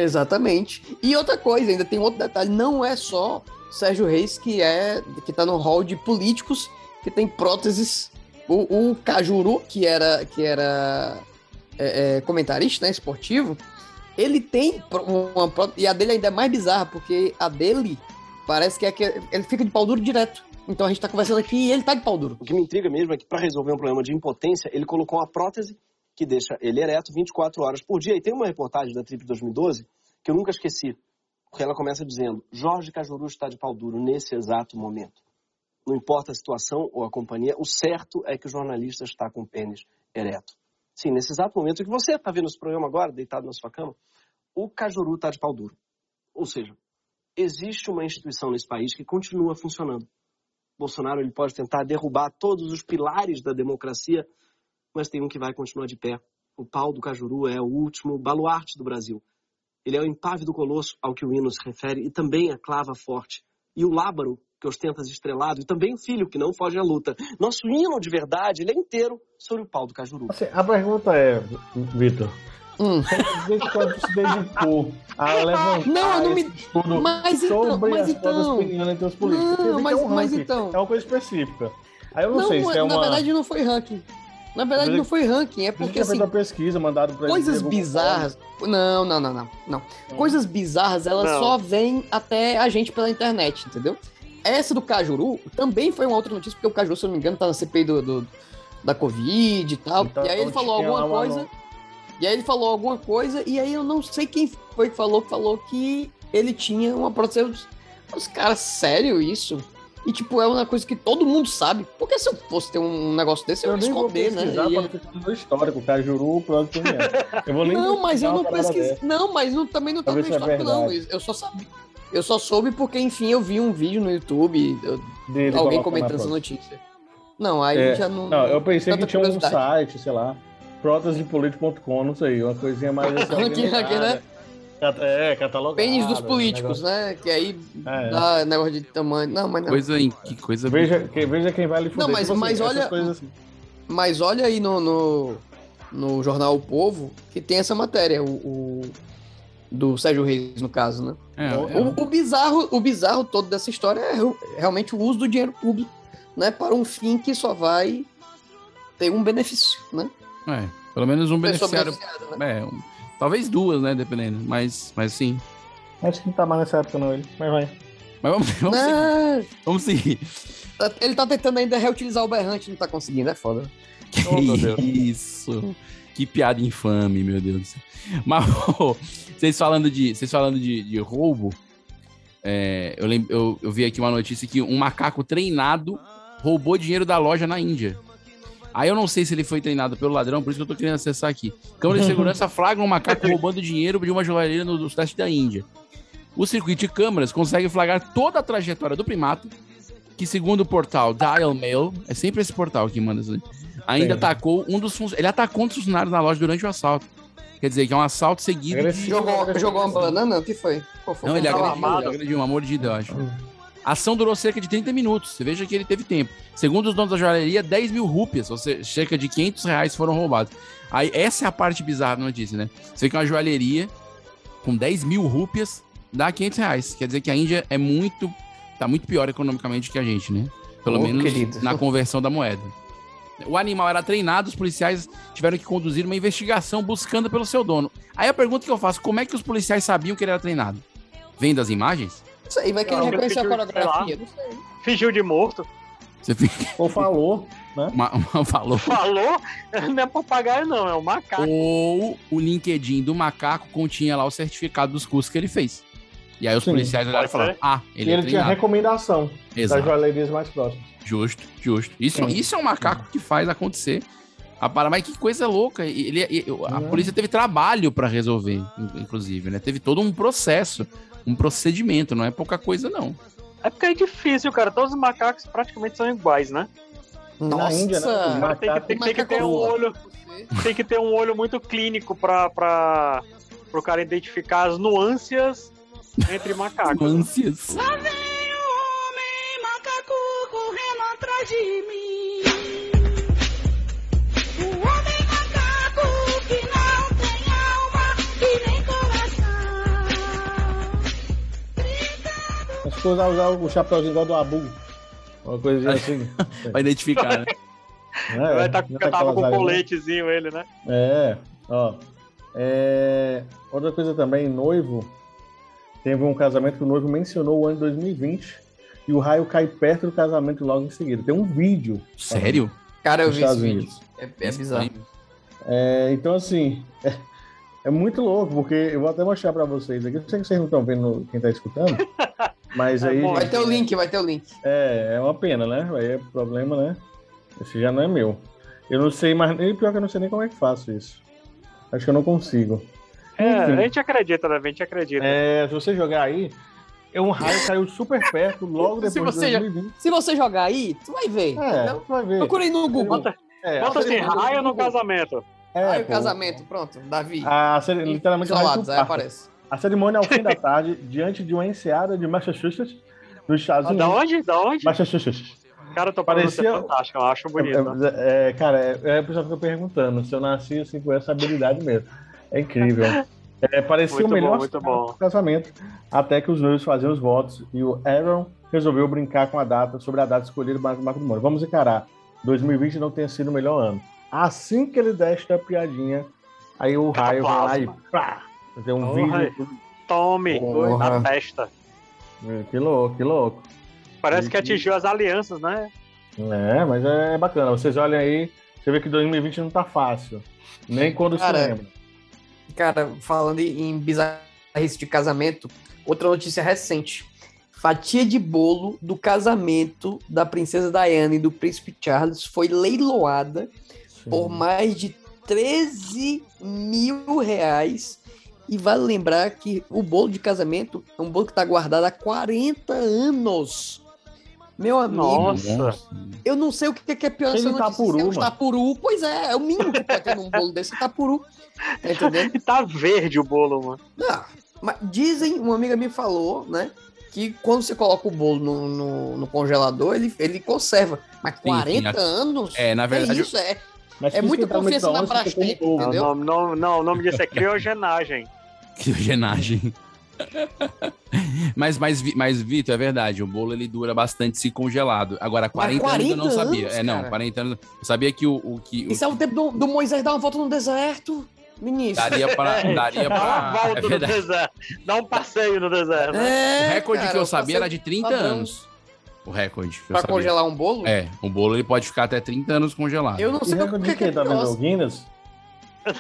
Speaker 8: Exatamente. E outra coisa, ainda tem um outro detalhe, não é só Sérgio Reis que é que tá no hall de políticos que tem próteses. O, o Cajuru, que era que era é, é, comentarista, né, esportivo, ele tem pró- uma prótese, e a dele ainda é mais bizarra, porque a dele parece que é que ele fica de pau duro direto. Então a gente tá conversando aqui e ele tá de pau duro.
Speaker 13: O que me intriga mesmo é que para resolver um problema de impotência, ele colocou uma prótese que deixa ele ereto 24 horas por dia. E tem uma reportagem da Trip 2012 que eu nunca esqueci, porque ela começa dizendo: Jorge Cajuru está de pau duro nesse exato momento. Não importa a situação ou a companhia, o certo é que o jornalista está com o pênis ereto. Sim, nesse exato momento que você está vendo esse programa agora, deitado na sua cama, o Cajuru está de pau duro. Ou seja, existe uma instituição nesse país que continua funcionando. Bolsonaro ele pode tentar derrubar todos os pilares da democracia, mas tem um que vai continuar de pé. O pau do Cajuru é o último baluarte do Brasil. Ele é o impávido colosso ao que o hino se refere e também a clava forte. E o lábaro, que ostenta estrelado, e também o filho, que não foge à luta. Nosso hino de verdade, ele é inteiro sobre o pau do Cajuru.
Speaker 7: Assim, a pergunta é, Vitor.
Speaker 8: Hum.
Speaker 7: Você quando se dedicou a levantar
Speaker 8: Ah, Não, eu não me-
Speaker 7: esse estudo
Speaker 8: Mas então,
Speaker 7: sobre
Speaker 8: mas
Speaker 7: as próprias
Speaker 8: então.
Speaker 7: opiniões entre os políticos? Porque
Speaker 8: Não,
Speaker 7: existe
Speaker 8: mas-
Speaker 7: um
Speaker 8: mas
Speaker 7: ranking,
Speaker 8: então.
Speaker 7: É uma coisa específica. Aí eu não, sei se
Speaker 8: é-
Speaker 7: é uma...
Speaker 8: na verdade não foi ranking. Na verdade
Speaker 7: Mas é-
Speaker 8: não foi ranking,
Speaker 7: Porque,
Speaker 8: é porque
Speaker 7: tinha
Speaker 8: assim,
Speaker 7: feito uma pesquisa mandada pra Hum.
Speaker 8: coisas
Speaker 7: Diego Gonçalves.
Speaker 8: bizarras. Não, não, não, não, não. Coisas bizarras, elas
Speaker 4: Não.
Speaker 8: só vêm até a gente pela internet, entendeu? Essa do Cajuru também foi uma outra notícia, porque o Cajuru, se eu não me engano, tá na CPI do, do- da Covid e tal.
Speaker 7: Então,
Speaker 8: e aí ele falou
Speaker 7: tinha
Speaker 8: alguma
Speaker 7: uma-
Speaker 8: coisa. E aí ele falou alguma coisa, e aí eu não sei quem foi que falou, que falou que ele tinha uma prótese. Os caras, sério isso? E, tipo, é uma coisa que todo mundo sabe. Porque se eu fosse ter um negócio desse, eu,
Speaker 7: Eu
Speaker 8: ia
Speaker 7: nem vou
Speaker 8: esconder, né?
Speaker 7: pesquisar
Speaker 8: Ia-
Speaker 7: para ficar no histórico, é Cajuru, pronto, tem mesmo. Eu vou nem
Speaker 8: não, mas eu
Speaker 7: pesquisar
Speaker 8: não
Speaker 7: uma parada
Speaker 8: pesquisei.
Speaker 7: dessa.
Speaker 8: Não, mas não, também não tá no
Speaker 7: Talvez seja
Speaker 8: histórico, não,
Speaker 7: verdade.
Speaker 8: Luiz. Eu só sabia. Eu só soube porque, enfim, eu vi um vídeo no YouTube, eu-
Speaker 7: Dele
Speaker 8: alguém
Speaker 7: colocar na
Speaker 8: comentando essa
Speaker 7: prótese.
Speaker 8: notícia. Não, aí
Speaker 7: É,
Speaker 8: já não.
Speaker 7: Não, eu pensei
Speaker 8: tanta
Speaker 7: que tinha um
Speaker 8: curiosidade.
Speaker 7: site, sei lá, protasdepolitico.com, não sei, uma coisinha mais...
Speaker 8: Ranking, ranking, né?
Speaker 7: Cat- É, catalogado.
Speaker 8: Pênis dos políticos, né? Que aí
Speaker 7: É.
Speaker 8: dá negócio de tamanho. Não, mas não.
Speaker 2: Coisa em que coisa.
Speaker 7: Veja, que- veja quem vai lhe fuder.
Speaker 8: Não, mas-
Speaker 7: Tipo assim,
Speaker 8: mas
Speaker 7: essas
Speaker 8: olha-
Speaker 7: coisas assim.
Speaker 8: Mas olha aí no, no, no jornal O Povo que tem essa matéria, o, o- do Sérgio Reis, no caso, né?
Speaker 2: É, é,
Speaker 8: O, o bizarro, o bizarro todo dessa história é re- realmente o uso do dinheiro público, né? Para um fim que só vai ter um benefício, né?
Speaker 2: é, pelo menos um
Speaker 8: Pessoa
Speaker 2: beneficiário.
Speaker 8: beneficiada, né?
Speaker 2: É, um- talvez duas, né? Dependendo. Mas, mas sim.
Speaker 7: Acho que não tá mais nessa época, não, ele. Mas vai.
Speaker 2: Mas vamos, vamos, seguir,
Speaker 8: Não,
Speaker 2: vamos seguir.
Speaker 8: tá- Né? ele tá tentando ainda reutilizar o berrante, não tá conseguindo, é foda.
Speaker 2: Que
Speaker 7: Oh, meu Deus.
Speaker 2: isso! Que piada infame, meu Deus do céu. Mas, ô, vocês falando de, vocês falando de, de roubo, É, eu, lem- eu, eu vi aqui uma notícia que um macaco treinado roubou dinheiro da loja na Índia. Aí eu não sei se ele foi treinado pelo ladrão, por isso que eu tô querendo acessar aqui. Câmara de segurança flagra um macaco roubando dinheiro de uma joalheria no, no sudeste da Índia. O circuito de câmeras consegue flagrar toda a trajetória do primata, que segundo o portal Dial Mail, é sempre esse portal que manda isso aí, ainda
Speaker 14: Sim.
Speaker 2: atacou um dos funcionários. Ele atacou um dos funcionários na loja durante o assalto. Quer dizer, que é um assalto seguido de...
Speaker 8: Jogou, jogou uma banana? O que foi? Qual foi?
Speaker 2: Não, ele
Speaker 8: Um pau
Speaker 2: agrediu, ele
Speaker 8: armado?
Speaker 2: agrediu, uma mordida, eu acho. A ação durou cerca de 30 minutos. Você veja que ele teve tempo. Segundo os donos da joalheria, 10 mil rupias, ou seja, cerca de 500 reais foram roubados. Aí, essa é a parte bizarra da notícia, né? Você vê que uma joalheria com 10 mil rupias dá 500 reais. Quer dizer que a Índia é muito. tá muito pior economicamente que a gente, né? Pelo
Speaker 8: Ô,
Speaker 2: menos
Speaker 8: querido.
Speaker 2: na conversão da moeda. O animal era treinado, os policiais tiveram que conduzir uma investigação buscando pelo seu dono. Aí a pergunta que eu faço: como é que os policiais sabiam que ele era treinado? Vendo as imagens?
Speaker 8: Isso aí vai que ele
Speaker 4: Não,
Speaker 8: reconheceu a
Speaker 4: fingiu- sei lá.
Speaker 8: coreografia. não sei.
Speaker 4: Fingiu de morto.
Speaker 2: Você fica...
Speaker 7: Ou falou, né?
Speaker 2: Uma, uma falou.
Speaker 4: Falou? Não é papagaio, não, é um macaco.
Speaker 2: Ou o LinkedIn do macaco continha lá o certificado dos cursos que ele fez. E aí os
Speaker 7: Sim.
Speaker 2: policiais olharam e
Speaker 7: Pode
Speaker 2: falaram:
Speaker 7: ser.
Speaker 2: ah, ele
Speaker 7: E ele,
Speaker 2: é
Speaker 7: tinha
Speaker 2: treinado.
Speaker 7: recomendação
Speaker 2: Exato.
Speaker 7: das joalherias mais próximas.
Speaker 2: Justo, justo. Isso,
Speaker 7: Sim.
Speaker 2: isso é um macaco que faz acontecer. A parada, mas que coisa louca. E Ele, e-
Speaker 7: É.
Speaker 2: a polícia teve trabalho pra resolver, in- inclusive, né? Teve todo um processo, um procedimento, não é pouca coisa, não.
Speaker 4: É porque é difícil, cara. Todos os macacos praticamente são iguais, né?
Speaker 7: Na Índia, né? Os
Speaker 4: Cara, Tem que, tem- tem que ter um
Speaker 8: é
Speaker 7: macacos-
Speaker 4: olho. Tem que ter um olho muito clínico pra, pra, pro cara identificar as nuances entre macacos.
Speaker 2: Nuances.
Speaker 1: Lá vem o homem macaco correndo atrás de mim. O homem macaco que não tem alma e nem coração.
Speaker 7: As coisas a usar o chapéuzinho igual do Abu. Uma coisinha assim.
Speaker 2: Vai identificar, né?
Speaker 7: É,
Speaker 4: Vai tá,
Speaker 7: não
Speaker 4: tava
Speaker 7: aquelas
Speaker 4: com o
Speaker 7: áreas, né?
Speaker 4: coletezinho ele, né?
Speaker 7: É, ó. É, outra coisa também, noivo. Teve um casamento que o noivo mencionou o ano 2020 e o raio cai perto do casamento logo em seguida. Tem um vídeo.
Speaker 2: Sério?
Speaker 8: Cara, eu
Speaker 7: Nos
Speaker 8: vi esse
Speaker 7: Estados
Speaker 8: vídeo.
Speaker 7: Unidos.
Speaker 8: É, é bizarro.
Speaker 7: É, então, assim, é, é muito louco, porque eu vou até mostrar pra vocês aqui. Eu sei que vocês não estão vendo quem tá escutando, mas aí.
Speaker 8: Vai
Speaker 7: gente,
Speaker 8: ter o link, vai ter o link.
Speaker 7: É, é uma pena, né? Aí é problema, né? Esse já não é meu. Eu não sei mais. E pior que eu não sei nem como é que faço isso. Acho que eu não consigo.
Speaker 4: É,
Speaker 7: Enfim.
Speaker 4: a gente acredita, né? A gente acredita.
Speaker 7: É, se você jogar aí, é um raio caiu super perto logo depois
Speaker 8: Se
Speaker 7: de
Speaker 8: você, jo-
Speaker 7: 2020.
Speaker 8: se você jogar aí, tu vai ver.
Speaker 7: É,
Speaker 8: entendeu?
Speaker 7: vai ver.
Speaker 8: Procura aí no Google.
Speaker 7: Bota- É,
Speaker 4: Bota assim,
Speaker 8: Google.
Speaker 4: raio no casamento.
Speaker 7: É,
Speaker 8: Raio
Speaker 7: pô. Ah,
Speaker 8: casamento, pronto, Davi.
Speaker 7: A, cere- literalmente o raio
Speaker 8: Isolados, aí
Speaker 7: parta.
Speaker 8: aparece.
Speaker 7: A cerimônia é ao fim da tarde, diante de uma enseada de Massachusetts, nos Estados
Speaker 4: Ah,
Speaker 7: Unidos.
Speaker 4: da onde? Da onde?
Speaker 7: Massachusetts.
Speaker 4: Cara, eu tô
Speaker 7: Parecia-
Speaker 4: parecendo fantástico, eu acho bonito. né?
Speaker 7: É, é, cara, é, é a pessoa fica perguntando se eu nasci assim com essa habilidade mesmo. É incrível. É, parecia
Speaker 4: Muito
Speaker 7: o melhor
Speaker 4: bom, muito bom.
Speaker 7: casamento, até que os noivos faziam os votos e o Aaron resolveu brincar com a data, sobre a data escolhida para o Marco do Mundo. Vamos encarar. 2020 não tenha sido o melhor ano. Assim que ele der esta piadinha, aí o raio vai lá e pá! Tem um
Speaker 4: Ô,
Speaker 7: vídeo.
Speaker 4: raio.
Speaker 7: tudo.
Speaker 4: Tome,
Speaker 7: Porra.
Speaker 4: na festa.
Speaker 7: Que louco, que louco.
Speaker 4: Parece que atingiu as alianças, né?
Speaker 7: É, mas é bacana. Vocês olham aí, você vê que 2020 não tá fácil. Nem quando se
Speaker 8: Cara,
Speaker 7: lembra.
Speaker 8: Cara, falando em bizarrice de casamento, outra notícia recente. Fatia de bolo do casamento da princesa Diana e do príncipe Charles foi leiloada por mais de 13 mil reais. E vale lembrar que o bolo de casamento é um bolo que está guardado há 40 anos. Meu amigo,
Speaker 4: Nossa.
Speaker 8: eu não sei o que que é pior
Speaker 7: Cheio
Speaker 8: essa
Speaker 7: de
Speaker 8: notícia. Se é um
Speaker 7: tapuru, mano.
Speaker 8: tapuru, pois é, é o mínimo que pode ter num bolo desse é tapuru. Tá entendendo?
Speaker 4: E tá verde o bolo, mano.
Speaker 8: Não, mas dizem, uma amiga me falou, né? Que quando você coloca o bolo no, no- no congelador, ele, ele conserva. Mas
Speaker 2: sim,
Speaker 8: 40
Speaker 2: a-
Speaker 8: anos?
Speaker 2: é, na
Speaker 8: que
Speaker 2: verdade,
Speaker 8: isso é.
Speaker 7: Mas
Speaker 8: é
Speaker 7: se
Speaker 8: muita
Speaker 7: esquentar o
Speaker 8: confiança na né?
Speaker 7: micro-ondas, fica
Speaker 8: Brastemp,
Speaker 7: como bolo.
Speaker 8: entendeu?
Speaker 4: Não, não, não, o nome disso é criogenagem.
Speaker 2: Criogenagem. mas, mas, Vi- mas, Vitor, é verdade. O bolo ele dura bastante se congelado. Agora, 40, anos eu não
Speaker 8: 40
Speaker 2: sabia.
Speaker 8: anos,
Speaker 2: é, não,
Speaker 8: cara.
Speaker 2: 40 anos. Eu sabia que o, o que. o
Speaker 8: Isso é o tempo do, do Moisés dar uma volta no deserto, ministro.
Speaker 2: Daria pra.
Speaker 7: É,
Speaker 2: Daria
Speaker 7: tá
Speaker 4: Dá uma
Speaker 2: pra é
Speaker 4: volta no
Speaker 2: verdade.
Speaker 4: deserto. Dá um passeio no deserto.
Speaker 2: O
Speaker 8: É,
Speaker 2: recorde
Speaker 8: cara,
Speaker 2: que eu
Speaker 8: eu
Speaker 2: sabia
Speaker 8: passei
Speaker 2: era de 30
Speaker 8: padrão.
Speaker 2: anos. O recorde. Que eu
Speaker 8: Pra
Speaker 2: sabia.
Speaker 8: congelar um bolo?
Speaker 2: É, o bolo ele pode ficar até 30 anos congelado.
Speaker 8: Eu não sei
Speaker 7: E
Speaker 8: o
Speaker 7: recorde
Speaker 8: que,
Speaker 7: de
Speaker 8: que
Speaker 7: quem
Speaker 8: é
Speaker 7: tá vendo?
Speaker 8: pior.
Speaker 7: O Guinness?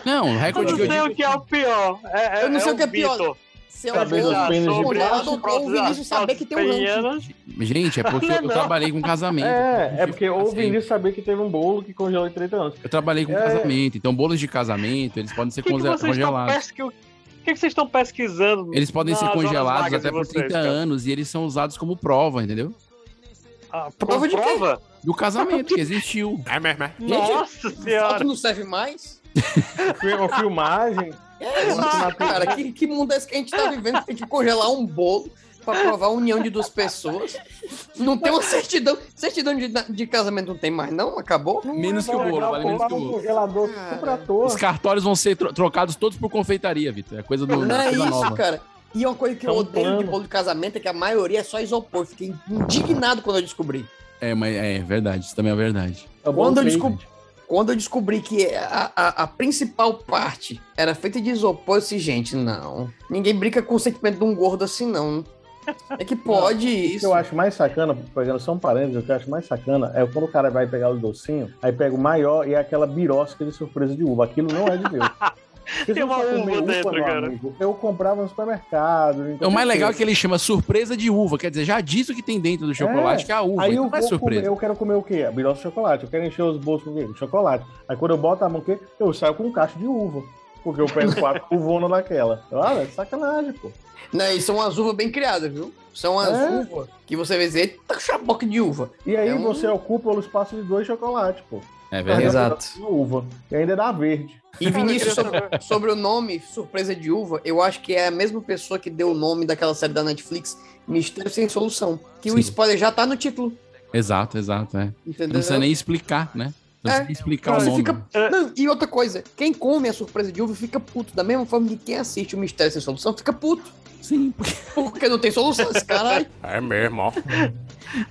Speaker 2: Não, o
Speaker 4: Eu
Speaker 2: recorde
Speaker 4: não
Speaker 2: que eu
Speaker 4: sei
Speaker 2: digo.
Speaker 4: o que é o pior. É,
Speaker 8: Eu não sei o que é
Speaker 4: Vitor.
Speaker 8: pior. Seu
Speaker 7: Saber
Speaker 8: avô,
Speaker 7: das penas de
Speaker 8: sobre
Speaker 7: braço.
Speaker 8: o doutor Vinícius saber que tem um ranking.
Speaker 2: Gente, é porque
Speaker 7: Não,
Speaker 2: eu
Speaker 7: não.
Speaker 2: trabalhei com casamento.
Speaker 7: É, é porque
Speaker 2: assim.
Speaker 7: houve nisso saber que teve um bolo que congelou em 30 anos.
Speaker 2: Eu trabalhei com
Speaker 7: É.
Speaker 2: casamento, então bolos de casamento, eles podem ser
Speaker 4: O é que, que
Speaker 2: conge-
Speaker 4: vocês estão
Speaker 2: congelados.
Speaker 4: pesqui- o que que vocês estão pesquisando?
Speaker 2: Eles podem ser
Speaker 4: nas horas
Speaker 2: congelados
Speaker 4: vagas
Speaker 2: até
Speaker 4: de
Speaker 2: por
Speaker 4: vocês,
Speaker 2: 30
Speaker 4: cara?
Speaker 2: anos e eles são usados como prova, entendeu?
Speaker 4: Ah, prova de prova?
Speaker 2: Do casamento que existiu. É, é, é.
Speaker 4: Nossa
Speaker 8: Foto
Speaker 4: senhora!
Speaker 8: não serve mais?
Speaker 7: Uma filmagem.
Speaker 8: É isso, cara. Que, que mundo é esse que a gente tá vivendo? Tem que congelar um bolo pra provar a união de duas pessoas. Não tem uma certidão. Certidão de, de casamento não tem mais, não? Acabou?
Speaker 2: Menos que o bolo, vale menos que o
Speaker 7: um
Speaker 2: bolo.
Speaker 7: congelador
Speaker 8: super à
Speaker 2: Os cartórios vão ser tro- trocados todos por confeitaria, Vitor. É coisa do.
Speaker 8: Não é
Speaker 2: coisa
Speaker 8: isso,
Speaker 2: nova.
Speaker 8: cara. E uma coisa que eu
Speaker 2: Tá um
Speaker 8: odeio de
Speaker 2: plano.
Speaker 8: bolo de casamento é que a maioria é só isopor. Fiquei indignado quando eu descobri.
Speaker 2: É, mas é verdade, isso também é verdade.
Speaker 8: Quando eu, descob- quando eu descobri que a, a- a principal parte era feita de isopor, eu disse, gente, não. Ninguém brinca com o sentimento de um gordo assim, não. É que pode
Speaker 7: O que
Speaker 8: isso.
Speaker 7: eu acho mais sacana, pegando só um parênteses, o que eu acho mais sacana é quando o cara vai pegar o docinho, aí pega o maior e é aquela birosca de surpresa de uva. Aquilo não é de Deus. Vocês
Speaker 4: Tem
Speaker 7: não
Speaker 4: uma
Speaker 7: sabem
Speaker 4: uva
Speaker 7: comer
Speaker 4: dentro,
Speaker 7: um meu
Speaker 4: cara.
Speaker 7: amigo. Eu comprava no supermercado.
Speaker 2: O mais legal é que ele chama surpresa de uva, quer dizer, já diz o que tem dentro do chocolate, que é a uva,
Speaker 7: Aí
Speaker 2: então
Speaker 7: eu,
Speaker 2: não é
Speaker 7: vou
Speaker 2: surpresa.
Speaker 7: comer, eu quero comer o quê? A Birosca de chocolate. Eu quero encher os bolsos com o quê? Com Chocolate. Aí quando eu boto a mão, o quê? Eu saio com um cacho de uva. Porque eu pego quatro uvonas daquela. Olha, sacanagem, pô.
Speaker 8: Né, e são umas uvas bem criadas, viu? São umas
Speaker 7: É.
Speaker 8: uvas que você vê dizer, tá com chaboca de uva.
Speaker 7: E aí
Speaker 8: É um-
Speaker 7: você ocupa o espaço de dois chocolates, pô.
Speaker 2: É
Speaker 7: Cada um
Speaker 2: verdade.
Speaker 7: pedaço de uma uva. E ainda dá verde.
Speaker 8: E Vinícius, sobre, sobre o nome Surpresa de Uva, eu acho que é a mesma pessoa que deu o nome daquela série da Netflix, Mistério Sem Solução. Que o
Speaker 2: Sim.
Speaker 8: spoiler já tá no título.
Speaker 2: Exato, exato, é.
Speaker 8: Entendeu?
Speaker 2: Não precisa nem explicar, né? Não precisa
Speaker 8: É.
Speaker 2: explicar
Speaker 8: Você
Speaker 2: o nome.
Speaker 8: fica- Não, e outra coisa, quem come a surpresa de uva fica puto, da mesma forma que quem assiste o Mistério Sem Solução fica puto.
Speaker 2: Sim.
Speaker 8: Porque não tem solução, esse caralho.
Speaker 3: É mesmo, ó.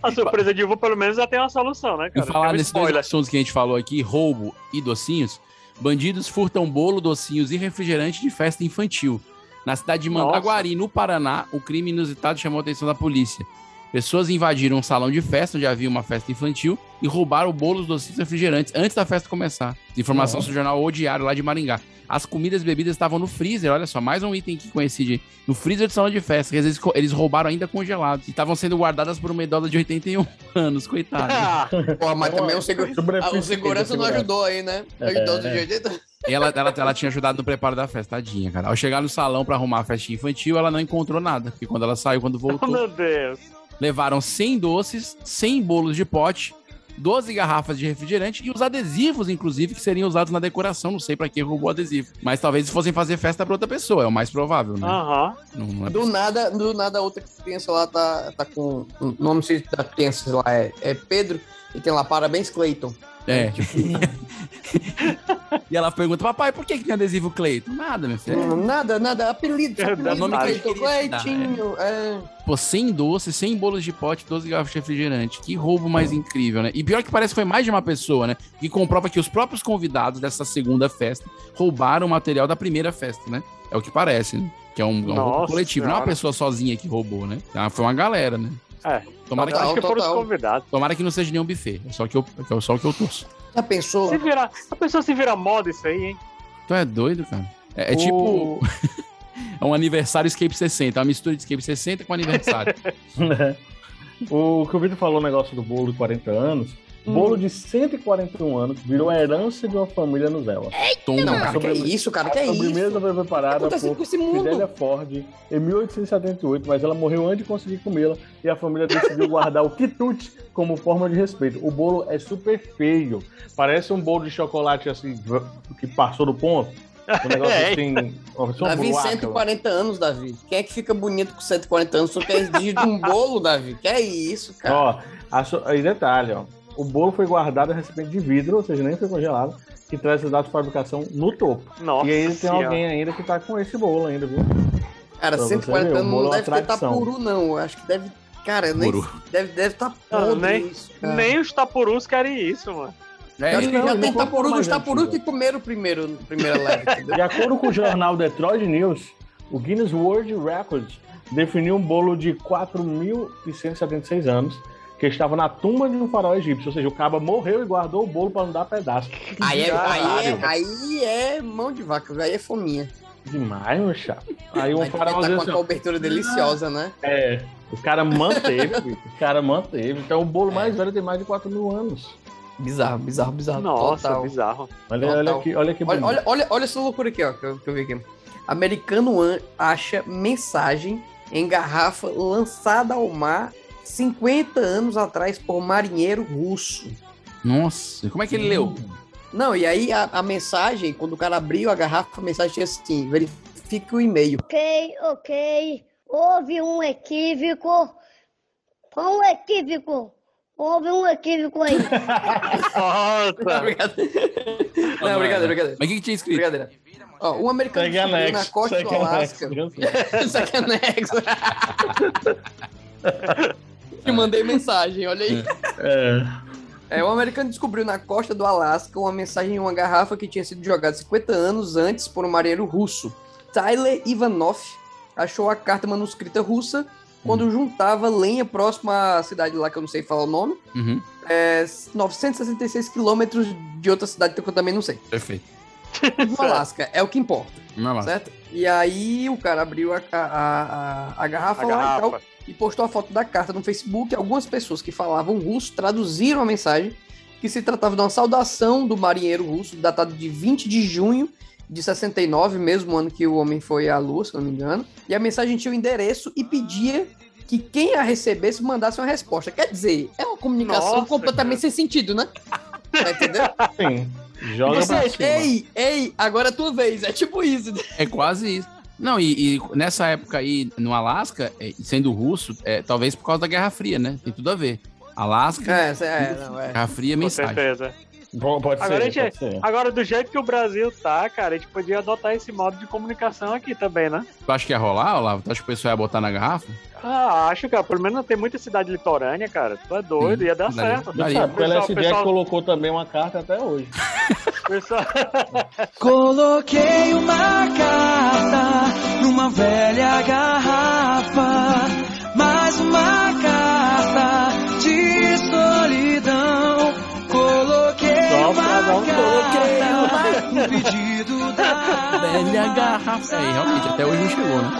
Speaker 4: A surpresa de uva, pelo menos, já tem uma solução, né,
Speaker 2: E
Speaker 4: cara?
Speaker 2: falar
Speaker 4: Tem um
Speaker 2: nesses dois
Speaker 4: spoiler.
Speaker 2: assuntos que a gente falou aqui, roubo e docinhos, bandidos furtam bolo, docinhos e refrigerante de festa infantil. Na cidade de Mandaguari, no Paraná, o crime inusitado chamou a atenção da polícia. Pessoas invadiram um salão de festa, onde havia uma festa infantil, e roubaram bolos, docinhos e refrigerantes antes da festa começar. Informação sobre o jornal O Diário, lá de Maringá. As comidas e bebidas estavam no freezer, olha só, mais um item que conheci de... No freezer do salão de festa, que às vezes co- eles roubaram ainda congelados. E estavam sendo guardadas por uma idosa de 81 anos, coitada.
Speaker 4: Ah,
Speaker 8: Pô, mas também o, segu...
Speaker 7: Sobrefície
Speaker 8: ah, o segurança não ajudou aí, né? Ajudou de jeito.
Speaker 2: E ela, ela, ela tinha ajudado no preparo da festa, tadinha, cara. Ao chegar no salão pra arrumar a festinha infantil, ela não encontrou nada. Porque quando ela saiu, quando
Speaker 4: Oh,
Speaker 2: voltou,
Speaker 4: meu Deus.
Speaker 2: levaram 100 doces, 100 bolos de pote, 12 garrafas de refrigerante e os adesivos, inclusive, que seriam usados na decoração. Não sei pra quem roubou o adesivo. Mas talvez fossem fazer festa pra outra pessoa, é o mais provável, né?
Speaker 4: Aham.
Speaker 2: Não, não é
Speaker 8: Do nada, do nada a outra criança lá tá, tá com. O nome da criança lá é, é Pedro. E tem lá, parabéns, Clayton.
Speaker 2: É. e ela pergunta, papai, por que, que tem adesivo Cleiton? Nada, meu
Speaker 7: É.
Speaker 2: filho.
Speaker 8: Hum, Nada, nada, apelido,
Speaker 2: É,
Speaker 8: apelido,
Speaker 2: o nome que ele
Speaker 8: Clayton,
Speaker 2: queria te dar,
Speaker 8: Claytinho,
Speaker 7: né?
Speaker 8: é.
Speaker 2: Pô, 100 doces, 100 bolos de pote, 12 garrafas de refrigerante. Que roubo mais incrível, né? E pior que parece que foi mais de uma pessoa, né? Que comprova que os próprios convidados dessa segunda festa roubaram o material da primeira festa, né? É o que parece, né? Que é um, é um roubo
Speaker 4: Nossa
Speaker 2: coletivo. Não é uma
Speaker 4: Senhora.
Speaker 2: pessoa sozinha que roubou, né? Ah, Foi uma galera, né?
Speaker 4: É.
Speaker 2: Tomara que-
Speaker 4: acho que foram os
Speaker 8: total.
Speaker 4: convidados.
Speaker 2: Tomara que não seja nenhum buffet. É só que eu, que é só o que eu torço.
Speaker 8: Já pensou?
Speaker 4: Se virar, a pessoa se vira moda isso aí, hein?
Speaker 2: Tu é doido, cara? É, é
Speaker 4: O-
Speaker 2: tipo. é um aniversário Escape 60. É uma mistura de Escape 60 com aniversário.
Speaker 7: Né? o que o Vitor falou, o negócio do bolo de 40 anos.
Speaker 8: Hum.
Speaker 7: Bolo de 141 anos virou a herança de uma família novela.
Speaker 2: Toma,
Speaker 8: Não,
Speaker 2: cara.
Speaker 8: cara, que é isso, cara, que é
Speaker 7: né? a
Speaker 8: isso?
Speaker 7: sobremesa foi preparada
Speaker 8: Tá acontecendo com
Speaker 7: por
Speaker 8: esse mundo?
Speaker 7: Fidelia Ford em 1878, mas ela morreu antes de conseguir comê-la e a família decidiu guardar o quitute como forma de respeito. O bolo é super feio. Parece um bolo de chocolate assim v- que passou do ponto. Um negócio
Speaker 4: É.
Speaker 7: assim. uma
Speaker 8: Davi,
Speaker 7: buraca,
Speaker 8: 140 anos, Davi. Quem é que fica bonito com 140 anos? Só quer de um bolo, Davi. Que é isso, cara?
Speaker 7: Ó, a so- aí detalhe, ó. O bolo foi guardado em recipiente de vidro, ou seja, nem foi congelado, que traz os dados de fabricação no topo.
Speaker 4: Nossa
Speaker 7: e aí tem
Speaker 4: Senhora.
Speaker 7: alguém ainda que tá com esse bolo ainda, viu?
Speaker 8: cara,
Speaker 7: pra você
Speaker 8: 140
Speaker 7: ver, o
Speaker 8: anos
Speaker 7: bolo
Speaker 8: não
Speaker 7: é uma
Speaker 8: deve ter
Speaker 7: tradição.
Speaker 8: tapuru, não. Eu acho que deve. Cara, nem
Speaker 2: Puro.
Speaker 8: deve deve estar
Speaker 4: Não,
Speaker 8: podre
Speaker 4: nem-
Speaker 8: isso, cara.
Speaker 4: Nem os tapurus querem isso, mano.
Speaker 2: É,
Speaker 8: Eu acho que
Speaker 7: Não,
Speaker 8: já
Speaker 7: não
Speaker 8: tem
Speaker 7: foi
Speaker 8: tapuru
Speaker 7: mais
Speaker 8: dos tapurus
Speaker 7: antiga.
Speaker 8: que comeram primeiro, primeira leve. entendeu?
Speaker 7: De acordo com o jornal Detroit News, o Guinness World Records definiu um bolo de 4.176 anos que estava na tumba de um farol egípcio, ou seja, o caba morreu e guardou o bolo para não dar pedaço.
Speaker 8: Aí é, aí,
Speaker 7: Caralho.
Speaker 8: é, aí é mão de vaca, aí é fominha.
Speaker 7: Demais, meu chapa. Aí o
Speaker 8: Mas
Speaker 7: farol
Speaker 8: tá
Speaker 7: dizia
Speaker 8: com
Speaker 7: assim,
Speaker 8: a
Speaker 7: ó,
Speaker 8: cobertura deliciosa, né?
Speaker 7: É, o cara manteve, bicho, o cara manteve. Então o bolo mais velho tem mais de 4 mil anos.
Speaker 8: Bizarro, bizarro,
Speaker 2: Tá
Speaker 8: bizarro.
Speaker 4: Nossa,
Speaker 8: Total.
Speaker 4: bizarro.
Speaker 7: Olha, olha aqui, olha que
Speaker 8: olha,
Speaker 7: bonito.
Speaker 8: olha, olha, olha essa loucura aqui, ó, que eu, que eu vi aqui. Americano an- acha mensagem em garrafa lançada ao mar 50 anos atrás por marinheiro russo.
Speaker 2: Nossa, como é que ele leu?
Speaker 8: Não, e aí a, a mensagem, quando o cara abriu a garrafa, a mensagem tinha assim: verifique o e-mail.
Speaker 14: Ok, ok. Houve um equívoco. Um equívoco. Houve um equívoco aí.
Speaker 8: Não, brincadeira. Não, brincadeira, brincadeira.
Speaker 2: Mas o que, que tinha escrito?
Speaker 8: Brincadeira. Ó, um americano
Speaker 7: Segue
Speaker 8: descobriu
Speaker 7: anexo,
Speaker 8: na costa do
Speaker 7: segue
Speaker 8: Alasca. Segue anexo. Te mandei mensagem, olha aí. É, um americano descobriu na costa do Alasca uma mensagem em uma garrafa que tinha sido jogada 50 anos antes por um marinheiro russo. Tyler Ivanov achou a carta manuscrita russa quando
Speaker 7: Hum.
Speaker 8: juntava lenha próxima à cidade lá que eu não sei falar o nome.
Speaker 2: Uhum.
Speaker 8: É, 966 quilômetros de outra cidade que eu também não sei.
Speaker 2: Perfeito.
Speaker 8: No Alasca, é o que importa,
Speaker 2: Não é lá.
Speaker 8: certo? E aí o cara abriu a, a, a, a garrafa
Speaker 4: A
Speaker 8: lá e
Speaker 2: então.
Speaker 4: garrafa.
Speaker 8: tal e postou a foto da carta no Facebook. Algumas pessoas que falavam russo traduziram a mensagem que se tratava de uma saudação do marinheiro russo, datado de 20 de junho de 69, mesmo ano que o homem foi à lua, se eu não me engano. E a mensagem tinha o endereço e pedia que quem a recebesse mandasse uma resposta. Quer dizer, é uma comunicação
Speaker 4: Nossa,
Speaker 8: completamente sem sentido, né? Tá entendendo?
Speaker 7: Sim,
Speaker 2: Então
Speaker 7: joga
Speaker 8: Você,
Speaker 7: pra cima.
Speaker 8: ei, ei, agora é tua vez. É tipo isso.
Speaker 2: É quase isso. Não, e, e nessa época aí, no Alasca, eh, sendo russo, é, talvez por causa da Guerra Fria, né? Tem tudo a ver. Alasca,
Speaker 8: É, é, não, é.
Speaker 2: Guerra Fria,
Speaker 4: Com
Speaker 2: mensagem. É.
Speaker 4: certeza.
Speaker 7: Bom, Pode
Speaker 4: Agora,
Speaker 7: ser,
Speaker 4: a gente- é
Speaker 7: pode ser.
Speaker 4: agora, do jeito que o Brasil tá, cara, a gente podia adotar esse modo de comunicação aqui também, né?
Speaker 2: Tu acha que ia rolar, Olavo? Tu acha que o pessoal ia botar na garrafa?
Speaker 4: Ah, acho, cara. Pelo menos tem muita cidade litorânea, cara. Tu é doido, ia dar
Speaker 2: daria-
Speaker 4: certo.
Speaker 2: daria.
Speaker 7: Sabe, o LSD
Speaker 4: pessoal-
Speaker 7: Ah, colocou também uma carta até hoje.
Speaker 4: pessoal-
Speaker 1: Coloquei uma carta numa velha garrafa, mais uma carta de solidão. Coloquei
Speaker 7: Só
Speaker 1: uma
Speaker 7: pra dar um
Speaker 1: carta no pedido da
Speaker 2: Velha garrafa. É, e realmente, até hoje não chegou, né?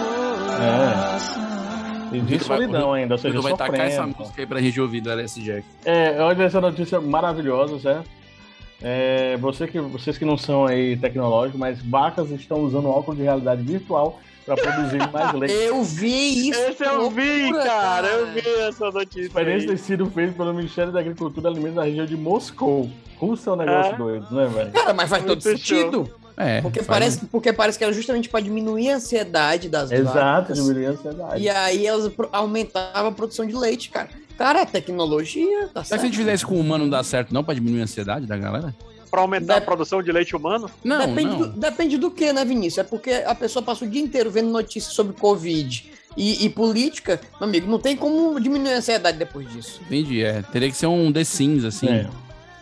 Speaker 7: É. E de solidão ainda, ou seja,
Speaker 2: Tu vai tacar essa
Speaker 7: sofrendo.
Speaker 2: música aí pra gente ouvir do LS Jack.
Speaker 7: É, olha essa notícia maravilhosa, certo? É, você que, vocês que não são aí tecnológicos, mas vacas estão usando óculos de realidade virtual para produzir mais leite.
Speaker 8: Eu vi isso.
Speaker 4: Esse é eu vi,
Speaker 8: loucura,
Speaker 4: cara. Eu vi essa notícia.
Speaker 7: A experiência
Speaker 4: aí.
Speaker 7: tem sido feita pelo Ministério da Agricultura e Alimentos da região de Moscou. Russo é um negócio
Speaker 2: Ah.
Speaker 4: É.
Speaker 7: doido, né, velho?
Speaker 8: Cara, mas faz
Speaker 4: Muito
Speaker 8: todo sentido.
Speaker 2: É.
Speaker 8: Porque
Speaker 2: faz-
Speaker 8: parece, porque parece que era justamente para diminuir a ansiedade das
Speaker 7: Exato, é
Speaker 8: vacas.
Speaker 7: diminuir a ansiedade.
Speaker 8: E aí elas pro- aumentavam a produção de leite, cara. Cara, é tecnologia,
Speaker 2: Será que se a
Speaker 8: tá certo.
Speaker 2: gente fizer isso com o humano não dá certo, não? Pra diminuir a ansiedade da galera?
Speaker 4: Pra aumentar a produção de leite humano?
Speaker 2: Não,
Speaker 8: depende,
Speaker 2: não.
Speaker 8: Do, depende do que, né, Vinícius? É porque a pessoa passa o dia inteiro vendo notícias sobre Covid e, e política. Meu amigo, não tem como diminuir a ansiedade depois disso.
Speaker 2: Entendi, é. Teria que ser um The Sims, assim.
Speaker 7: É.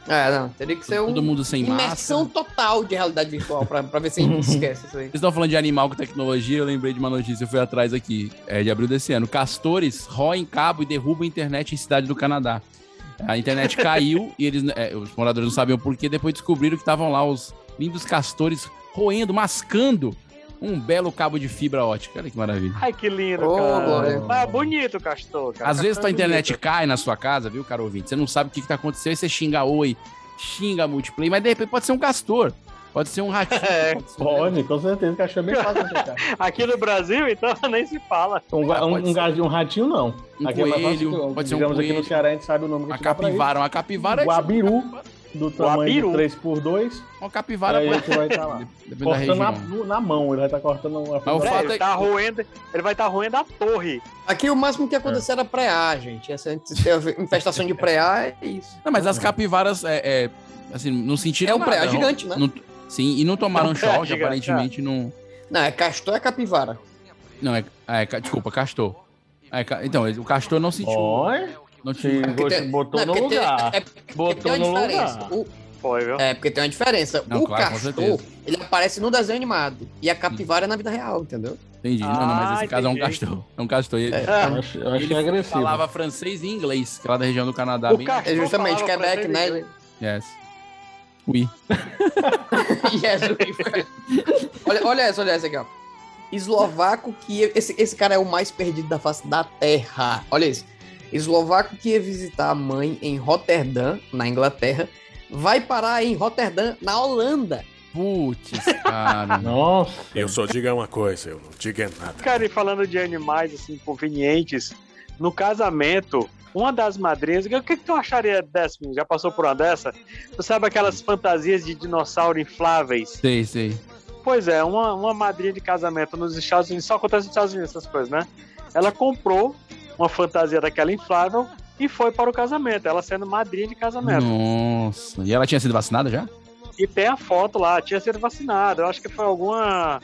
Speaker 8: É, não. Teria que ser
Speaker 2: Todo
Speaker 8: uma
Speaker 2: mundo sem
Speaker 8: imersão
Speaker 2: máscara.
Speaker 8: total de realidade virtual pra, pra ver se a gente esquece isso aí.
Speaker 2: Vocês estão falando de animal com tecnologia, eu lembrei de uma notícia, eu fui atrás aqui, é, de abril desse ano. Castores roem cabo e derrubam a internet em cidade do Canadá. A internet caiu e eles, é, os moradores não sabiam por quê, depois descobriram que estavam lá os lindos castores roendo, mascando um belo cabo de fibra ótica. Olha que maravilha.
Speaker 4: Ai, que lindo,
Speaker 8: Ô,
Speaker 4: cara.
Speaker 8: Glória.
Speaker 4: Mas é bonito, Castor. Cara.
Speaker 2: Às vezes
Speaker 4: Castor
Speaker 2: tua
Speaker 4: é
Speaker 2: internet
Speaker 4: bonito.
Speaker 2: cai na sua casa, viu, cara ouvinte? Você não sabe o que, que tá acontecendo, aí você xinga a Oi, xinga a Multiplay, mas de repente pode ser um castor, pode ser um ratinho.
Speaker 4: É.
Speaker 2: pode ser um-
Speaker 7: Pode, com certeza, que achei bem fácil de checar.
Speaker 4: Aqui no Brasil, então, nem se fala.
Speaker 7: Um, ga- um,
Speaker 2: Pode
Speaker 7: um
Speaker 2: ser.
Speaker 7: gajo- um ratinho, não.
Speaker 2: Um
Speaker 7: aqui é mais fácil,
Speaker 2: coelho, pode ser um
Speaker 7: digamos aqui
Speaker 2: coelho.
Speaker 7: no Ceará, a gente sabe o nome que
Speaker 2: Uma
Speaker 7: dá pra isso.
Speaker 2: capivara, uma capivara. é
Speaker 7: O abiru, do tamanho
Speaker 4: abiru.
Speaker 7: de 3x2,
Speaker 2: tipo, Uma capivara
Speaker 7: aí
Speaker 2: pode
Speaker 7: você vai estar lá.
Speaker 2: Depende da
Speaker 7: Cortando na,
Speaker 2: região.
Speaker 7: no- na mão, ele vai estar cortando a
Speaker 2: o
Speaker 7: fibra.
Speaker 2: fato
Speaker 4: ele,
Speaker 2: é-
Speaker 4: tá roendo, ele vai estar roendo a torre.
Speaker 8: Aqui o máximo que ia acontecer era prear, gente. Essa antes ter infestação de prear é isso.
Speaker 2: Não, mas as capivaras, é, é, assim, não sentiram
Speaker 8: É um
Speaker 2: nada,
Speaker 8: preá
Speaker 2: não-
Speaker 8: gigante, né?
Speaker 2: não- sim, e não tomaram
Speaker 4: É um preá
Speaker 2: choque,
Speaker 4: gigante,
Speaker 2: aparentemente não...
Speaker 8: Não, é castor é capivara.
Speaker 2: Não, é, é ca- desculpa, castor. É, ca- então, o castor não sentiu...
Speaker 7: Oi?
Speaker 2: não
Speaker 7: Se
Speaker 2: sentiu
Speaker 7: você
Speaker 8: tem-
Speaker 7: botou
Speaker 8: não, é
Speaker 7: no
Speaker 8: porque tem-
Speaker 7: lugar.
Speaker 8: é porque
Speaker 7: Botou
Speaker 8: tem
Speaker 7: no
Speaker 8: uma diferença.
Speaker 7: lugar.
Speaker 8: O-
Speaker 4: Foi, viu?
Speaker 8: é, porque tem uma diferença.
Speaker 2: Não,
Speaker 8: o
Speaker 2: claro, com
Speaker 8: castor,
Speaker 2: certeza.
Speaker 8: ele aparece no desenho animado. E a capivara é na vida real, entendeu?
Speaker 2: Entendi, não, não, mas
Speaker 4: Ah,
Speaker 2: esse caso é um
Speaker 4: entendi.
Speaker 2: castor. É um castor. E-
Speaker 7: Eu
Speaker 4: Ah,
Speaker 7: achei, eu achei agressivo.
Speaker 2: falava francês e inglês, que é lá da é região do Canadá.
Speaker 4: O
Speaker 2: bem-
Speaker 4: castor
Speaker 8: É justamente
Speaker 4: falava
Speaker 8: Quebec,
Speaker 4: francês e
Speaker 8: né?
Speaker 2: Yes. Ui.
Speaker 8: Yes, we were. é olha, olha essa, olha essa aqui, ó. Eslovaco que. ia- Esse, esse cara é o mais perdido da face da terra. Olha isso. Eslovaco que ia visitar a mãe em Roterdã, na Inglaterra, vai parar em Roterdã, na Holanda.
Speaker 2: Putz, cara.
Speaker 7: Nossa.
Speaker 3: Eu só digo uma coisa, eu não digo é nada.
Speaker 4: Cara, e falando de animais assim, convenientes, no casamento, uma das madrinhas, o que, que tu acharia dessa? menino? Já passou por uma dessa? Tu sabe aquelas fantasias de dinossauro infláveis?
Speaker 2: Sei, sei.
Speaker 4: Pois é, uma, uma madrinha de casamento nos Estados Unidos, só acontece nos Estados Unidos essas coisas, né? Ela comprou uma fantasia daquela inflável e foi para o casamento, ela sendo madrinha de
Speaker 2: Tá
Speaker 4: casamento.
Speaker 2: Nossa. E ela tinha sido vacinada já?
Speaker 4: E tem a foto lá, tinha sido vacinada, eu acho que foi alguma.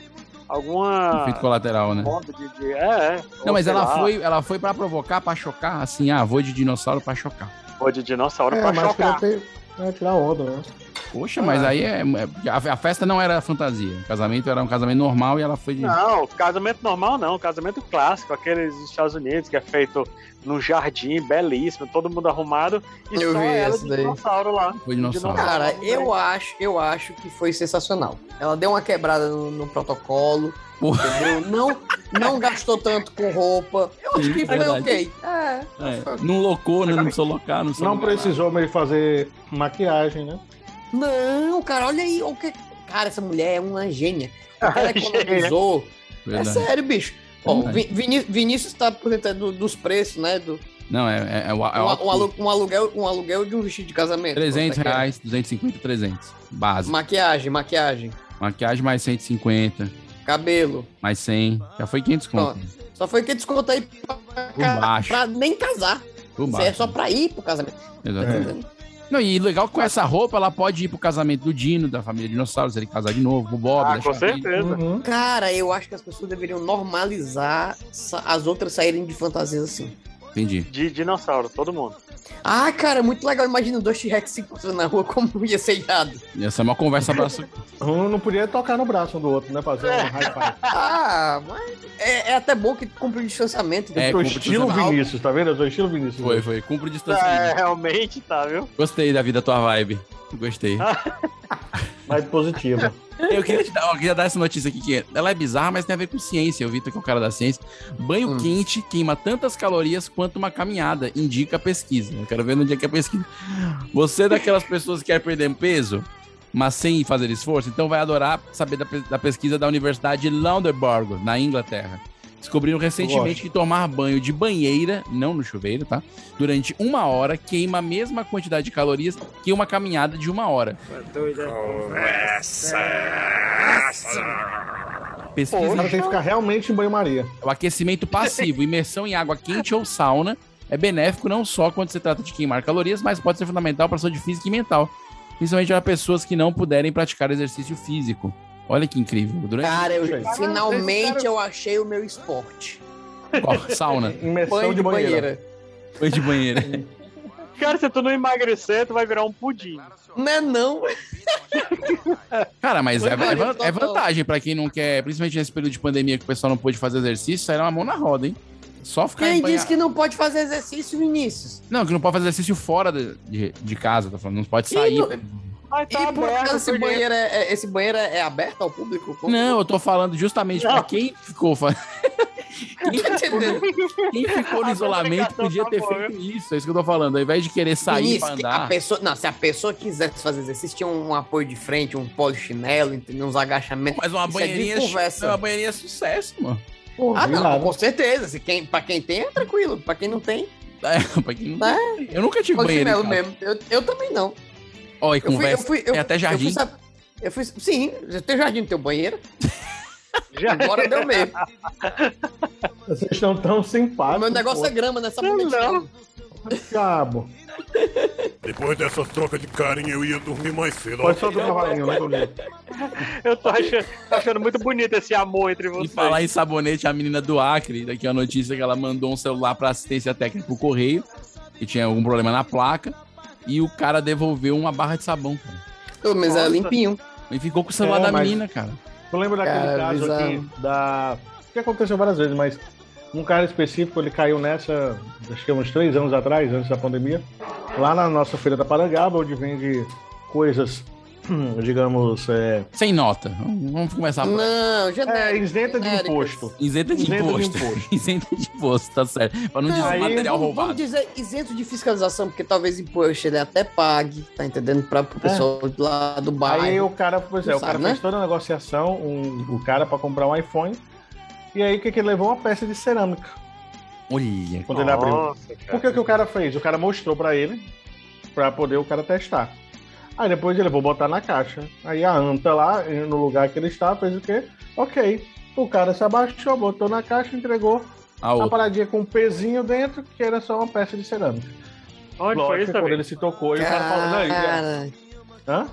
Speaker 4: Alguma.
Speaker 2: Efeito colateral, né?
Speaker 4: moda de- de- é, é.
Speaker 2: Não,
Speaker 4: Ou
Speaker 2: mas
Speaker 4: sei
Speaker 2: ela
Speaker 4: lá.
Speaker 2: foi, ela foi pra provocar, pra chocar, assim, ah, vou de dinossauro pra chocar.
Speaker 4: Ou de dinossauro
Speaker 9: É,
Speaker 4: pra
Speaker 9: mas
Speaker 4: chocar.
Speaker 9: pra ter- é, tirar onda, né?
Speaker 2: Poxa, mas aí é, é- a, a festa não era fantasia. O casamento era um casamento normal e ela foi de.
Speaker 4: Não, casamento normal não, casamento clássico, aqueles dos Estados Unidos que é feito num jardim belíssimo, todo mundo arrumado e
Speaker 8: Eu
Speaker 4: só
Speaker 8: vi
Speaker 4: ela
Speaker 8: esse
Speaker 4: de
Speaker 8: daí.
Speaker 4: dinossauro lá.
Speaker 2: Foi dinossauro.
Speaker 8: Cara, eu acho, eu acho que foi sensacional. Ela deu uma quebrada no, no protocolo, entendeu? Não, não gastou tanto com roupa. Eu acho
Speaker 2: Sim,
Speaker 8: que foi
Speaker 2: verdade.
Speaker 8: ok. É.
Speaker 2: É, não locou, né? Não precisou locar, não precisou
Speaker 7: Não
Speaker 2: locar.
Speaker 7: precisou meio fazer maquiagem, né?
Speaker 8: Não, cara, olha aí. o que- Cara, essa mulher é uma gênia. O cara economizou. É
Speaker 2: Verdade.
Speaker 8: sério, bicho. Ó,
Speaker 2: Verdade.
Speaker 8: Vi- Vini- Vinícius tá por dentro do- dos preços, né? Do,
Speaker 2: Não, é, é, é o, é
Speaker 8: um,
Speaker 2: o
Speaker 8: a- um alu- um aluguel, um aluguel de um vestido de casamento.
Speaker 2: 300
Speaker 8: Quanto é que é?
Speaker 2: reais, 250, 300. Base.
Speaker 8: Maquiagem, maquiagem.
Speaker 2: Maquiagem mais 150,
Speaker 8: Cabelo.
Speaker 2: mais 100. Já foi 500
Speaker 8: Ó,
Speaker 2: conto.
Speaker 8: só foi que desconto aí pra, pra-
Speaker 2: baixo.
Speaker 8: pra nem casar.
Speaker 2: Por
Speaker 8: Isso
Speaker 2: baixo.
Speaker 8: é só pra ir pro casamento.
Speaker 2: Exatamente. Não, e legal que com essa roupa ela pode ir pro casamento do Dino, da família Dinossauro, se ele casar de novo, pro
Speaker 4: Ah,
Speaker 2: Bob. da Charlie.
Speaker 9: Uhum.
Speaker 8: Cara, eu acho que as pessoas deveriam normalizar sa- as outras saírem de fantasias assim.
Speaker 2: Entendi.
Speaker 4: De dinossauro, todo mundo.
Speaker 8: Ah, cara, muito legal. Imagina dois T-Rex se encontrando na rua, como ia ser irado.
Speaker 2: Essa é uma conversa abraço.
Speaker 7: Um não podia tocar no braço um do outro, né? Fazer
Speaker 2: É.
Speaker 7: um high
Speaker 8: Ah, mas é, é até bom que cumpre o distanciamento.
Speaker 7: five.
Speaker 8: entendeu?
Speaker 2: É,
Speaker 7: Eu tô estilo Vinícius, tá vendo? Eu tô estilo Vinícius.
Speaker 2: Foi, foi. Cumpre o distanciamento.
Speaker 4: É, realmente tá, viu?
Speaker 2: Gostei da vida tua vibe. Gostei.
Speaker 7: Mais positivo.
Speaker 2: Eu queria, te dar, eu queria dar essa notícia aqui que ela é bizarra, mas tem a ver com ciência. Eu vi que é o cara da ciência. Banho quente queima tantas calorias quanto uma caminhada, indica a pesquisa. Eu quero ver no dia que é a pesquisa. Você é daquelas pessoas que quer perder um peso, mas sem fazer esforço, então vai adorar saber da, pe- da pesquisa da Universidade de Loughborough, na Inglaterra. Descobriram recentemente
Speaker 7: Lógico.
Speaker 2: que tomar banho de banheira, não no chuveiro, tá? Durante uma hora queima a mesma quantidade de calorias que uma caminhada de uma hora. Pesquisa
Speaker 7: O cara tem que ficar realmente em banho-maria.
Speaker 2: O aquecimento passivo, imersão em água quente ou sauna, é benéfico não só quando se trata de queimar calorias, mas pode ser fundamental para a saúde física e mental, principalmente para pessoas que não puderem praticar exercício físico. Olha que incrível. Durante
Speaker 8: Cara, eu-
Speaker 7: Gente.
Speaker 8: finalmente eu achei o meu esporte.
Speaker 2: Ó, sauna,
Speaker 7: Imersão
Speaker 8: Banho
Speaker 7: de banheira.
Speaker 2: foi de banheiro.
Speaker 4: Cara, se tu não emagrecer, tu vai virar um pudim.
Speaker 8: Não é não?
Speaker 2: Cara, mas é,
Speaker 8: Foi
Speaker 2: é,
Speaker 8: banheiro
Speaker 2: van- é
Speaker 8: total.
Speaker 2: vantagem para quem não quer, principalmente nesse período de pandemia que o pessoal não pôde fazer exercício, será uma mão na roda, hein? Só ficar
Speaker 8: Quem
Speaker 2: em banha-
Speaker 8: disse que não pode fazer exercício, Vinícius?
Speaker 2: Não, que não pode fazer exercício fora de, de, de casa, tá falando, não pode sair.
Speaker 8: não-
Speaker 4: Mas tá
Speaker 8: e por
Speaker 4: aberto,
Speaker 8: acaso esse
Speaker 4: porque-
Speaker 8: banheiro é, é- esse banheiro é aberto ao público? Como-
Speaker 2: Não, eu tô falando justamente pra
Speaker 4: Não.
Speaker 2: quem ficou fa-
Speaker 8: Quem tá entendendo?
Speaker 2: Quem ficou no
Speaker 4: A
Speaker 2: isolamento
Speaker 4: comunicação
Speaker 2: podia
Speaker 4: tá
Speaker 2: ter
Speaker 4: boa,
Speaker 2: feito isso, é isso que eu tô falando. Ao invés de querer sair
Speaker 8: Vinícius,
Speaker 2: pra
Speaker 8: que
Speaker 2: andar.
Speaker 8: A pessoa, não, se a pessoa quisesse fazer exercício, tinha um apoio de frente, um polichinelo, entendeu? uns agachamentos.
Speaker 2: Mas uma
Speaker 8: Isso é
Speaker 2: banheirinha,
Speaker 8: de conversa.
Speaker 2: uma banheirinha é sucesso, mano.
Speaker 8: Ah,
Speaker 7: Viu
Speaker 8: não, com certeza. Se quem, pra quem tem, é tranquilo. Pra quem não tem,
Speaker 2: É, pra quem não-
Speaker 8: né?
Speaker 2: Eu nunca tive banheiro.
Speaker 8: Polichinelo
Speaker 2: em casa.
Speaker 8: mesmo. Eu, eu também não.
Speaker 2: Ó, e
Speaker 8: Eu fui, eu
Speaker 2: conversa.
Speaker 8: fui, eu,
Speaker 2: Tem até
Speaker 8: Eu
Speaker 2: jardim.
Speaker 8: fui, sab- eu fui- sim, você tem jardim no teu banheiro? Agora deu meio.
Speaker 7: Vocês estão tão
Speaker 8: O
Speaker 7: simpáticos.
Speaker 8: meu negócio é grama nessa
Speaker 4: Não,
Speaker 8: bunda de
Speaker 4: não.
Speaker 8: chão.
Speaker 7: é cabo.
Speaker 3: Depois dessa troca de carinha, eu ia dormir mais cedo.
Speaker 7: Pode só do cavalinho, né, Toninho?
Speaker 4: Eu tô achando, tô achando muito bonito esse amor entre
Speaker 2: E
Speaker 4: vocês.
Speaker 2: falar em sabonete, a menina do Acre, daqui a notícia que ela mandou um celular pra assistência técnica pro correio, que tinha algum problema na placa, e o cara devolveu uma barra de sabão, cara.
Speaker 8: Pô, Mas é
Speaker 4: Nossa.
Speaker 8: limpinho.
Speaker 2: E ficou com o celular
Speaker 7: É,
Speaker 2: da
Speaker 7: mas-
Speaker 2: menina, cara.
Speaker 7: Tu lembra daquele
Speaker 8: Cara,
Speaker 7: caso
Speaker 8: bizarro.
Speaker 7: aqui da. que aconteceu várias vezes, mas um cara específico ele caiu nessa, acho que há uns três anos atrás, antes da pandemia, lá na nossa feira da Parangaba, onde vende coisas digamos, é...
Speaker 2: Sem nota. Vamos começar por aí.
Speaker 8: Não,
Speaker 7: É, isenta de imposto.
Speaker 2: Isenta de
Speaker 7: Isenta de
Speaker 2: imposto. Isenta de imposto, tá certo. Pra não dizer material
Speaker 8: vamos, vamos
Speaker 2: roubado.
Speaker 8: dizer isento de fiscalização, porque talvez imposto ele até pague, tá entendendo? Pra, pro pessoal lá do bairro.
Speaker 7: É. Aí o cara, pois é,
Speaker 8: Não
Speaker 7: o cara
Speaker 8: sabe, né?
Speaker 7: fez toda a negociação, um- o cara pra comprar um iPhone. E aí o que que ele levou? Uma peça de cerâmica
Speaker 2: Olha.
Speaker 7: quando ele abriu.
Speaker 4: Nossa, cara.
Speaker 7: Por que que o cara fez? O cara mostrou pra ele pra poder o cara testar. Aí depois ele vou botar na caixa. Aí a anta lá, no lugar que ele estava, fez o quê? Ok. O cara se abaixou, botou na caixa, entregou
Speaker 2: A
Speaker 7: a
Speaker 2: outra.
Speaker 7: paradinha com um pezinho dentro, que era só uma peça de cerâmica.
Speaker 4: Onde
Speaker 7: Lógico,
Speaker 4: foi isso,
Speaker 7: quando
Speaker 4: amigo?
Speaker 7: ele se tocou, e o cara falou, não, é ele-
Speaker 8: Cara,
Speaker 7: Hã?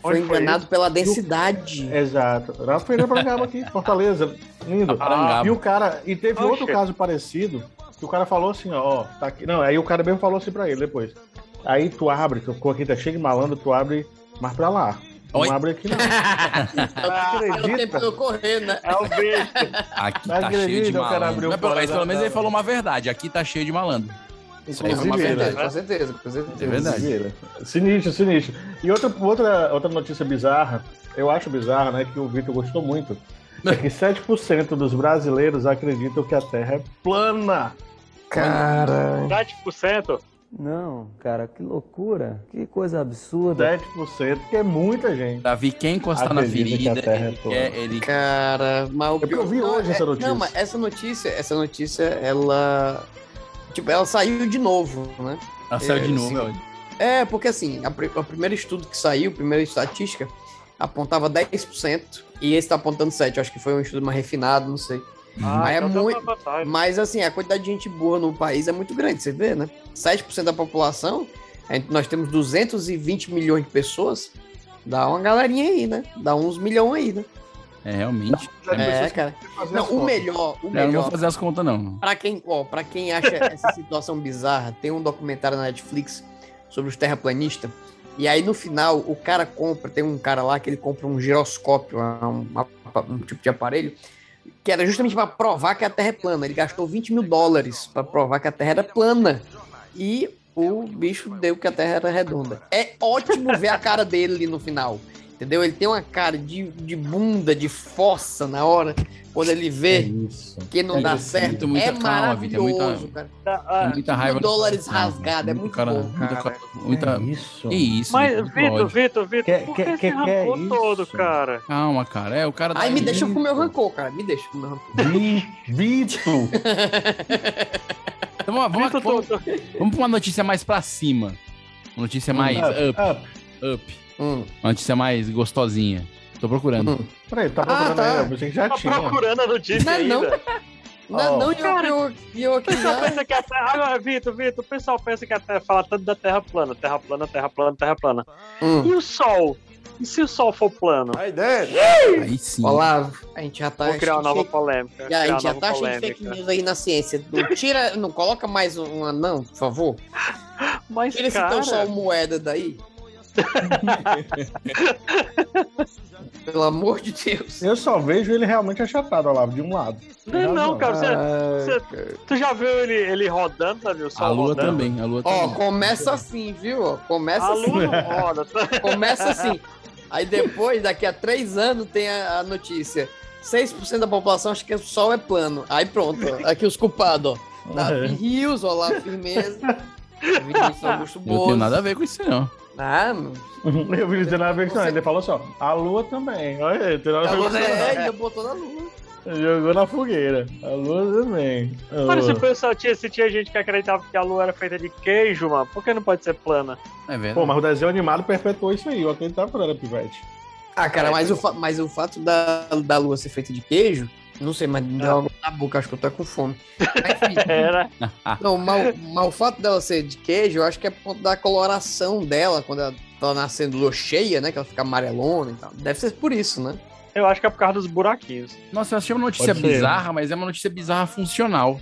Speaker 8: foi
Speaker 7: Onde foi
Speaker 8: enganado
Speaker 7: isso?
Speaker 8: pela densidade.
Speaker 7: Exato. Na Feira Parangaba aqui, Fortaleza. Lindo.
Speaker 2: Aparangaba.
Speaker 7: E o cara, e teve
Speaker 4: Oxe.
Speaker 7: outro caso parecido, que o cara falou assim, ó, ó, tá aqui. Não, aí o cara mesmo falou assim pra ele depois. Aí tu abre, que o aqui tá cheio de malandro, tu abre, mas pra lá. Não
Speaker 2: Oi.
Speaker 7: abre aqui não.
Speaker 8: É o tempo de eu correr, né?
Speaker 4: É o beijo.
Speaker 2: Aqui
Speaker 7: Mas
Speaker 2: tá
Speaker 7: acredita,
Speaker 2: cheio de
Speaker 7: o cara
Speaker 2: malandro.
Speaker 7: abriu
Speaker 2: Mas pelo,
Speaker 7: fora
Speaker 2: mas
Speaker 7: da-
Speaker 2: pelo menos
Speaker 7: da-
Speaker 2: ele falou uma verdade. Aqui tá cheio de malandro. Isso
Speaker 7: é
Speaker 2: aí foi uma
Speaker 8: Com
Speaker 7: Inclusive,
Speaker 2: verdade.
Speaker 8: certeza, com certeza, com certeza.
Speaker 2: É verdade.
Speaker 7: Doideira. Sinistro, sinistro. E outra, outra, outra notícia bizarra, eu acho bizarra, né? Que o Vitor gostou muito. É que 7% dos brasileiros acreditam que a Terra é plana. né?
Speaker 8: Cara.
Speaker 4: 7%?
Speaker 15: Não, cara, que loucura. Que coisa absurda.
Speaker 7: 7%, que é muita gente.
Speaker 2: Davi, quem encostar na
Speaker 7: Acredita que a
Speaker 2: ferida,
Speaker 7: terra
Speaker 2: ele
Speaker 7: é plana.
Speaker 2: quer, ele
Speaker 8: Cara, mas o
Speaker 7: É porque eu vi
Speaker 8: Não,
Speaker 7: hoje
Speaker 8: é-
Speaker 7: essa notícia.
Speaker 8: Não, mas essa notícia, essa notícia, ela. Tipo, ela saiu de novo, né?
Speaker 2: Ela saiu tá de
Speaker 8: É,
Speaker 2: novo,
Speaker 8: assim,
Speaker 2: velho.
Speaker 8: É, porque assim, a pri- o primeiro estudo que saiu, a primeira estatística, apontava 10%, e esse tá apontando 7%. Eu acho que foi um estudo mais refinado, não sei.
Speaker 4: Ah,
Speaker 8: mas, é
Speaker 4: então
Speaker 8: muito, mas assim, a quantidade de gente burra no país é muito grande, você vê, né? 7% da população, a gente- nós temos 220 milhões de pessoas, dá uma galerinha aí, né? Dá uns milhões aí, né?
Speaker 2: É, realmente.
Speaker 8: É, cara.
Speaker 7: Fazer
Speaker 8: Não,
Speaker 7: as
Speaker 8: o
Speaker 7: contas.
Speaker 8: melhor,
Speaker 2: Não, eu
Speaker 8: o
Speaker 2: não vou
Speaker 8: melhor.
Speaker 2: fazer as contas, não.
Speaker 8: Pra quem, ó, pra quem acha essa situação bizarra, tem um documentário na Netflix sobre os terraplanistas. E aí no final o cara compra, tem um cara lá que ele compra um giroscópio, um, um tipo de aparelho, que era justamente pra provar que a Terra é plana. Ele gastou 20 mil dólares pra provar que a Terra era plana. E o bicho deu que a Terra era redonda. É ótimo ver a cara dele ali no final. Entendeu? Ele tem uma cara de, de bunda, de fossa na hora, quando ele
Speaker 7: É
Speaker 8: vê
Speaker 7: isso.
Speaker 8: que não
Speaker 2: É
Speaker 8: dá
Speaker 2: isso,
Speaker 8: certo.
Speaker 2: muito, muita
Speaker 8: é
Speaker 2: calma, Vitor,
Speaker 8: maravilhoso,
Speaker 2: muita-
Speaker 8: cara.
Speaker 2: É
Speaker 4: Ah,
Speaker 2: muita raiva. no
Speaker 8: dólares
Speaker 2: coração,
Speaker 8: rasgado, é muito
Speaker 2: cara,
Speaker 8: bom,
Speaker 2: muita,
Speaker 8: cara.
Speaker 2: muita,
Speaker 7: É isso.
Speaker 2: Que isso,
Speaker 4: mas,
Speaker 2: Vitor, não
Speaker 4: Vitor,
Speaker 2: pode.
Speaker 4: Vitor, Vitor,
Speaker 7: Que-
Speaker 4: por
Speaker 7: que-
Speaker 4: que você
Speaker 7: que- que é
Speaker 4: arrancou
Speaker 7: isso?
Speaker 4: todo, cara?
Speaker 2: Calma, cara. É, o cara tá.
Speaker 8: Aí me deixa
Speaker 2: Ih,
Speaker 8: com o meu rancor, cara. Me deixa com o meu rancor.
Speaker 7: Vi- Vitor!
Speaker 2: Então, vamos,
Speaker 4: Vitor,
Speaker 2: vamos, vamos,
Speaker 4: tô- tô-
Speaker 2: pra uma notícia mais pra cima. Uma notícia é mais up,
Speaker 7: Ah, ah,
Speaker 2: up.
Speaker 8: Hum.
Speaker 2: Uma notícia mais gostosinha. Tô procurando.
Speaker 8: Hum.
Speaker 7: Peraí, tá
Speaker 8: Ah,
Speaker 7: procurando
Speaker 8: tá.
Speaker 7: aí, eu pensei que já
Speaker 4: Tá
Speaker 7: tinha.
Speaker 4: procurando a notícia
Speaker 8: Não é não, é.
Speaker 4: ainda.
Speaker 8: Não,
Speaker 7: Ó.
Speaker 8: não, e eu,
Speaker 4: Cara,
Speaker 8: eu, e eu
Speaker 4: O
Speaker 8: aqui
Speaker 4: pessoal
Speaker 8: já-
Speaker 4: pensa que a terra. Agora, Vitor, Vitor, o pessoal pensa que a terra fala tanto da terra plana, terra plana, terra plana, terra plana.
Speaker 8: Hum.
Speaker 4: E o sol? E se o sol for plano?
Speaker 2: Aí sim.
Speaker 8: Olavo, a gente já tá.
Speaker 4: Vou criar uma nova
Speaker 8: cheio-
Speaker 4: polêmica.
Speaker 8: Já, a
Speaker 4: criar
Speaker 8: gente já
Speaker 4: uma
Speaker 8: tá
Speaker 4: nova
Speaker 8: cheio de fake
Speaker 4: polêmica.
Speaker 8: news aí na ciência. Não tira, não coloca mais um anão, por favor.
Speaker 4: Mas,
Speaker 8: Tira esse
Speaker 4: cara,
Speaker 8: teu sol moeda daí. Pelo amor de Deus.
Speaker 7: Eu só vejo ele realmente achatado, ó lá, de um lado.
Speaker 4: Não, não, cara, você-
Speaker 8: Ah,
Speaker 4: tu já viu ele, ele rodando, Davi? O sol
Speaker 2: A lua
Speaker 4: rodando?
Speaker 2: também. A lua
Speaker 8: Ó,
Speaker 2: também.
Speaker 8: começa assim, viu? ó? Começa
Speaker 4: A
Speaker 8: assim.
Speaker 4: lua não roda.
Speaker 8: Começa assim. Aí depois, daqui a três anos, tem a, a notícia. 6% da população acha que o sol é plano. Aí pronto, ó, aqui os culpados, ó.
Speaker 7: É.
Speaker 8: Davi Rios, ó lá, firmeza. Vinícius Augusto
Speaker 2: Eu não tenho
Speaker 8: Bozo.
Speaker 2: nada a ver com isso, não.
Speaker 8: Ah, mano.
Speaker 7: Eu vi dizendo "Ah, a versão,
Speaker 8: Você-
Speaker 7: ele falou só, a lua também. Olha aí, tem nada a ver com isso,
Speaker 8: É, ainda botou na lua.
Speaker 7: não. Jogou na fogueira. A lua também. A lua.
Speaker 4: Olha, se o pessoal tipo, tinha, se tinha gente que acreditava que a lua era feita de queijo, mano, por que não pode ser plana?
Speaker 2: É verdade.
Speaker 7: Pô, mas o desenho animado perpetuou isso aí, eu acreditava que não era é pivete.
Speaker 8: Ah, cara, mas o, fa- mas o fato da, da lua ser feita de queijo, não sei, mas me
Speaker 7: É.
Speaker 8: deu uma água na boca, acho que eu tô com fome. Mas, enfim,
Speaker 4: É, Era.
Speaker 8: Não, mas, o- mas o fato dela ser de queijo, eu acho que é por conta da coloração dela, quando ela tá nascendo lua cheia, né? Que ela fica amarelona e tal. Deve ser por isso, né?
Speaker 4: Eu acho que é por causa dos buraquinhos.
Speaker 2: Nossa, eu achei uma notícia
Speaker 7: Pode ser.
Speaker 2: bizarra, mas é uma notícia bizarra funcional.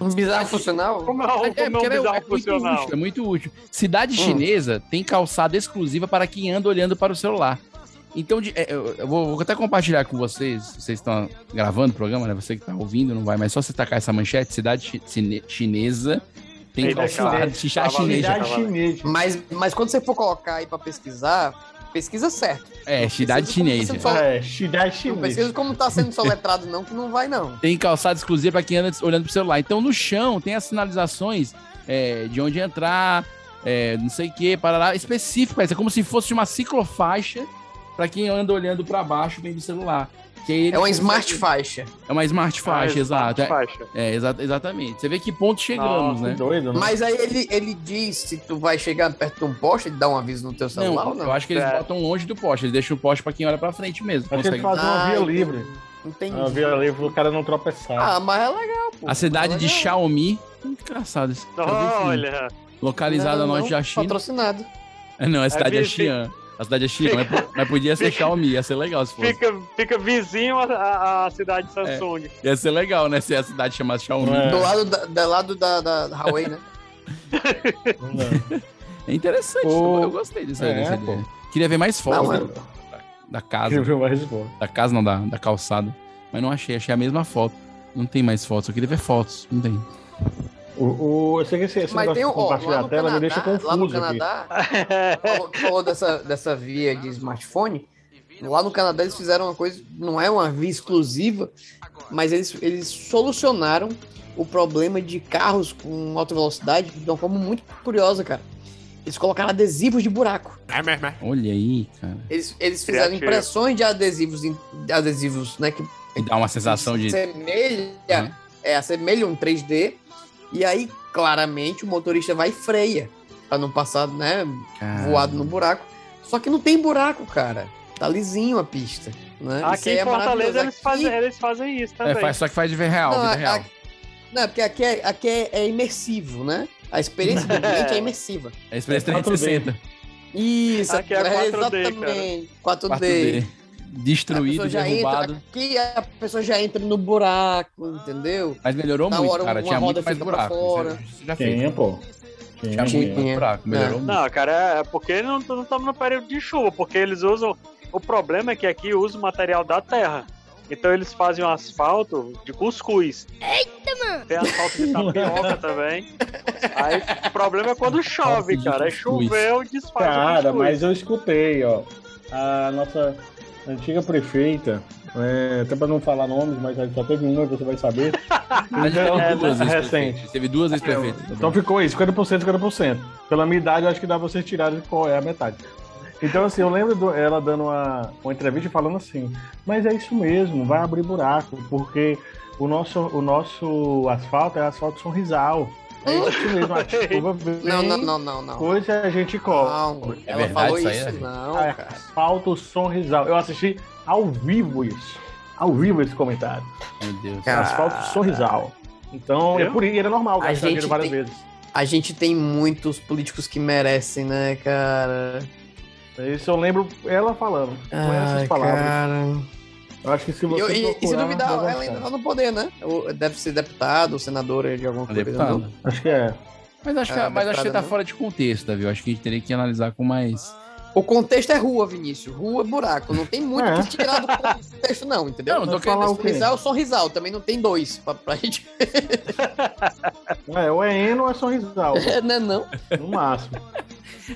Speaker 8: Um
Speaker 2: Uhum.
Speaker 8: bizarro funcional.
Speaker 4: Como é, o-
Speaker 2: É,
Speaker 4: como é um
Speaker 2: porque ela é-
Speaker 4: bizarro
Speaker 2: é muito
Speaker 4: funcional?
Speaker 2: útil, é muito útil. Cidade
Speaker 8: Hum.
Speaker 2: chinesa tem calçada exclusiva para quem anda olhando para o celular. Então, de- é, eu eu vou, vou até compartilhar com vocês. Vocês estão gravando o programa, né? Você que está ouvindo, não vai, mas só você tacar essa manchete. Cidade chi- cine- chinesa tem
Speaker 4: Eita,
Speaker 2: calçada.
Speaker 7: cara.
Speaker 2: Xixá
Speaker 4: Tava ali,
Speaker 7: Tá
Speaker 2: chinesa.
Speaker 7: Cidade chinesa.
Speaker 8: Mas, mas quando você for colocar aí pra pesquisar, Pesquisa certo.
Speaker 2: É, cidade chinesa.
Speaker 8: É,
Speaker 7: cidade
Speaker 8: Não pesquisa como tá sendo soletrado, não, que não vai, não.
Speaker 2: Tem calçada exclusiva para quem anda olhando pro celular. Então, no chão, tem as sinalizações é, de onde entrar, é, não sei o que, parará, específicas. É como se fosse uma ciclofaixa para quem anda olhando para baixo vem do celular. Que aí ele
Speaker 8: É uma
Speaker 2: consegue-
Speaker 8: smart faixa.
Speaker 2: É uma smart faixa,
Speaker 8: Ah,
Speaker 2: exato. É,
Speaker 8: smart faixa.
Speaker 2: é, exa- exatamente. Você vê que ponto chegamos, né?
Speaker 8: É. Mas aí ele, ele diz se tu vai chegar perto de um poste, ele dá um aviso no teu celular ou
Speaker 2: Não,
Speaker 8: não?
Speaker 2: eu acho que eles
Speaker 8: É.
Speaker 2: botam longe do poste. Eles deixam o poste pra quem olha pra frente mesmo.
Speaker 7: Acho que eles fazem uma
Speaker 2: Ah,
Speaker 7: via
Speaker 2: entendi.
Speaker 7: livre.
Speaker 8: Entendi.
Speaker 7: Uma via livre pro cara não tropeçar.
Speaker 8: Ah, mas é legal, pô.
Speaker 2: A cidade de Xiaomi. Muito engraçado isso.
Speaker 4: Olha.
Speaker 2: Localizada
Speaker 8: Não,
Speaker 2: no norte
Speaker 8: não,
Speaker 2: da China.
Speaker 8: Patrocinado.
Speaker 2: É, Não, a cidade é,
Speaker 4: vi-
Speaker 2: Xi'an. A cidade é Xi'an, mas, po- mas podia ser Xiaomi, ia ser legal se fosse.
Speaker 4: Fica, fica vizinho à- à, à cidade de
Speaker 2: É.
Speaker 4: Samsung.
Speaker 2: Ia ser legal, né, se a cidade chamasse Xiaomi.
Speaker 8: Do lado da, do lado da, da Huawei, né?
Speaker 7: né?
Speaker 2: É interessante,
Speaker 8: Ô,
Speaker 2: eu- eu gostei dessa,
Speaker 8: é,
Speaker 2: dessa
Speaker 8: pô.
Speaker 2: ideia. Queria ver mais fotos
Speaker 8: Não,
Speaker 2: né,
Speaker 8: é.
Speaker 2: da, da casa.
Speaker 7: Queria ver mais fotos.
Speaker 2: Da casa não, da, da calçada. Mas não achei, achei a mesma foto. Não tem mais fotos, eu queria ver fotos, não tem.
Speaker 7: O, o- eu sei que esse, esse
Speaker 8: Mas
Speaker 7: negócio
Speaker 8: tem um.
Speaker 7: de
Speaker 8: Ó,
Speaker 7: compartilhar
Speaker 8: lá
Speaker 7: a
Speaker 8: no
Speaker 7: tela me deixa
Speaker 8: Canadá, lá no
Speaker 7: confuso aqui. É.
Speaker 8: Canadá falou, falou dessa, dessa via de smartphone. Lá no Canadá eles fizeram uma coisa, não é uma via exclusiva, mas eles, eles solucionaram o problema de carros com alta velocidade de uma forma muito curiosa, cara. Eles colocaram adesivos de buraco.
Speaker 2: Olha aí, cara.
Speaker 8: Eles, eles fizeram
Speaker 2: Criativo.
Speaker 8: impressões de adesivos, em- de adesivos, né? Que
Speaker 2: E dá uma sensação de. Uhum.
Speaker 8: assemelha, é, assemelha um 3D. E aí, claramente, o motorista vai e freia pra não passar, né?
Speaker 2: Cara.
Speaker 8: Voado no buraco. Só que não tem buraco, cara. Tá lisinho a pista. Né? Isso
Speaker 4: Ah, Aqui
Speaker 8: aí
Speaker 4: em
Speaker 8: é
Speaker 4: Fortaleza
Speaker 8: maravilhoso.
Speaker 4: eles, fazem, eles fazem isso também.
Speaker 2: É, faz, só que faz de ver real,
Speaker 8: Não,
Speaker 2: vida
Speaker 8: a-
Speaker 2: real.
Speaker 8: a- não, porque aqui, é, aqui é, é imersivo, né? A experiência do cliente é imersiva.
Speaker 2: É a experiência
Speaker 8: É
Speaker 2: 360.
Speaker 8: Isso,
Speaker 4: Aqui é 4D,
Speaker 8: exatamente. 4D.
Speaker 2: 4D.
Speaker 8: A
Speaker 2: Destruído,
Speaker 8: pessoa já
Speaker 2: derrubado.
Speaker 8: entra, aqui a pessoa já entra no buraco, entendeu?
Speaker 2: Mas melhorou
Speaker 8: Na
Speaker 2: muito,
Speaker 8: hora,
Speaker 2: cara.
Speaker 8: uma
Speaker 2: Tinha
Speaker 8: roda
Speaker 2: muito mais
Speaker 8: fica pra
Speaker 2: buraco.
Speaker 8: fora.
Speaker 2: Isso- isso já
Speaker 7: Tinha,
Speaker 2: fez.
Speaker 7: pô.
Speaker 2: Tinha
Speaker 7: É.
Speaker 2: muito mais buraco, melhorou muito.
Speaker 4: Não, cara, é porque não estamos no período de chuva, porque eles usam. O problema é que aqui usa o material da terra. Então eles fazem um asfalto de cuscuz. Eita, mano! Tem asfalto de tapioca também. Aí o problema é quando chove, cara. Aí choveu, desfaz
Speaker 7: Cara,
Speaker 4: o cuscuz.
Speaker 7: mas eu escutei, ó. A nossa antiga prefeita, é, até pra não falar nomes, mas só teve uma, você vai saber. Então,
Speaker 2: Teve duas
Speaker 7: é,
Speaker 2: vezes
Speaker 7: recente.
Speaker 2: prefeito. Teve duas vezes prefeito.
Speaker 7: Então ficou isso, 50%, 50%. Pela minha idade, eu acho que dá pra vocês tirarem qual é a metade. Então, assim, eu lembro do- ela dando uma, uma entrevista e falando assim, mas é isso mesmo, vai abrir buraco, porque o nosso, o nosso asfalto é asfalto sorrisal. É isso mesmo, a chuva vem,
Speaker 8: Não, não, não, não, não.
Speaker 7: coisa a gente cobre.
Speaker 8: ela É verdade falou isso aí, isso? né? Não,
Speaker 7: É Asfalto sorrisal. Eu assisti ao vivo isso, ao vivo esse comentário.
Speaker 2: Meu
Speaker 7: É,
Speaker 2: Deus.
Speaker 7: Asfalto sorrisal. Então, é
Speaker 8: Viu?
Speaker 7: por isso, era normal
Speaker 8: A
Speaker 7: gastar dinheiro
Speaker 8: gente
Speaker 7: várias
Speaker 8: tem-
Speaker 7: vezes.
Speaker 8: A gente tem muitos políticos que merecem, né, cara?
Speaker 7: Isso eu lembro ela falando com essas
Speaker 8: Ai,
Speaker 7: palavras.
Speaker 8: cara.
Speaker 7: Eu acho que se
Speaker 8: E,
Speaker 7: você.
Speaker 8: e- e se
Speaker 7: procurar,
Speaker 8: duvidar,
Speaker 7: vai
Speaker 8: ela ainda
Speaker 7: achar.
Speaker 8: tá no poder, né? Ou Deve ser deputado ou senadora de
Speaker 2: Tá
Speaker 8: alguma coisa.
Speaker 2: Deputada.
Speaker 8: não?
Speaker 7: Acho que é.
Speaker 2: Mas acho que,
Speaker 8: Ah,
Speaker 2: mas acho que
Speaker 8: deputada
Speaker 2: tá
Speaker 8: não.
Speaker 2: fora de contexto, Davi. Eu acho que a gente teria que analisar com mais.
Speaker 8: O contexto é rua, Vinícius. Rua é buraco. Não tem muito
Speaker 2: É.
Speaker 8: que tirar do contexto, não, entendeu?
Speaker 2: Não, não tô querendo
Speaker 8: falar
Speaker 2: falar o
Speaker 8: o
Speaker 2: quê?
Speaker 8: sorrisal, sorrisal. Também não tem dois pra, pra gente.
Speaker 7: É, ou é Eno ou é sorrisal.
Speaker 8: É, né, não?
Speaker 7: No máximo.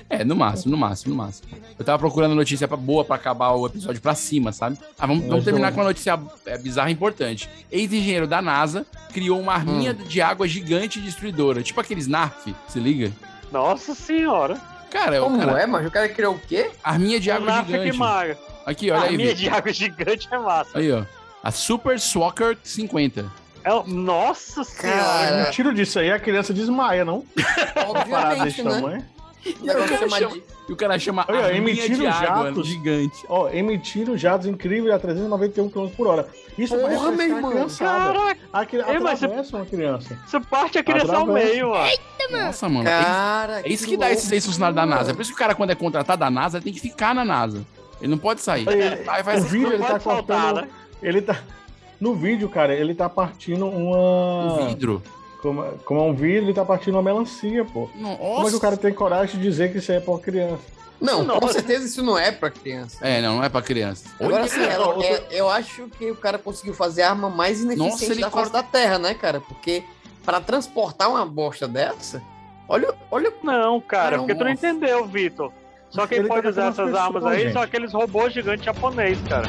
Speaker 2: É, no máximo, no máximo, no máximo. Eu tava procurando notícia pra- boa pra acabar o episódio pra cima, sabe? Ah, vamos, vamos
Speaker 7: Mas
Speaker 2: terminar
Speaker 7: eu-
Speaker 2: com uma notícia é, bizarra e importante. Ex-engenheiro da NASA criou uma arminha
Speaker 7: Hum.
Speaker 2: de água gigante e destruidora. Tipo aqueles NARF, se liga?
Speaker 4: Nossa senhora!
Speaker 2: Cara,
Speaker 8: Como
Speaker 2: o cara,
Speaker 8: é, mas o cara criou o
Speaker 7: é?
Speaker 8: quê?
Speaker 2: Arminha de água
Speaker 4: Narf
Speaker 2: gigante.
Speaker 4: que maga.
Speaker 2: Aqui, olha aí,
Speaker 4: Arminha
Speaker 2: Vitor.
Speaker 4: de água gigante é massa.
Speaker 2: Aí, ó. A Super Swacker 50.
Speaker 4: É o- nossa
Speaker 7: Cara,
Speaker 4: senhora!
Speaker 7: um tiro disso aí, a criança desmaia, não? Parada desse
Speaker 8: Obviamente, né?
Speaker 7: tamanho.
Speaker 8: O negócio
Speaker 2: cara
Speaker 8: chama
Speaker 2: chama-
Speaker 8: de-
Speaker 2: E o cara chama
Speaker 7: Olha,
Speaker 2: arminha de
Speaker 7: emitiram
Speaker 2: água
Speaker 7: jatos.
Speaker 2: gigante.
Speaker 7: Ó, emitiram jatos incríveis a 391 km por hora. Isso
Speaker 8: Porra,
Speaker 7: parece
Speaker 8: meu
Speaker 7: uma
Speaker 8: irmão.
Speaker 7: criançada.
Speaker 4: Caraca!
Speaker 7: Aqui,
Speaker 4: Ei, mas
Speaker 7: atravessa uma criança.
Speaker 4: Você parte
Speaker 2: Tá
Speaker 4: a criança ao
Speaker 7: Atravessa.
Speaker 4: meio, ó.
Speaker 2: Nossa, mano.
Speaker 8: Cara,
Speaker 2: é isso
Speaker 8: que
Speaker 2: que dá esses
Speaker 8: loucura.
Speaker 2: ex-funcionários da NASA. É por isso que o cara, quando é contratado da NASA, ele tem que ficar na NASA. Ele não pode sair. Aí faz
Speaker 7: o
Speaker 2: essas
Speaker 7: vídeo, ele tá
Speaker 2: coisas.
Speaker 7: cortando... Ele tá... No vídeo, cara, ele tá partindo uma...
Speaker 2: Um vidro.
Speaker 7: Como, como é um vidro, ele tá partindo uma melancia, pô. Como é que o cara tem coragem de dizer que isso aí é pra criança?
Speaker 8: Não, com
Speaker 4: Nossa.
Speaker 8: certeza isso não é pra criança.
Speaker 2: É, não, não é pra criança.
Speaker 8: Agora
Speaker 2: Olha,
Speaker 8: sim, ela- é- eu acho que o cara conseguiu fazer a arma mais ineficiente
Speaker 2: Nossa, ele
Speaker 8: da face da Terra, né, cara? Porque pra transportar uma bosta dessa, olha, olha
Speaker 4: Não, cara,
Speaker 8: Não,
Speaker 4: porque tu não
Speaker 8: nossa.
Speaker 4: entendeu, Vitor. Só quem
Speaker 9: Ele tá
Speaker 4: pode usar
Speaker 9: atacando
Speaker 4: essas
Speaker 9: as
Speaker 4: armas
Speaker 9: pessoas,
Speaker 4: aí
Speaker 9: gente.
Speaker 4: são aqueles robôs gigantes japonês, cara.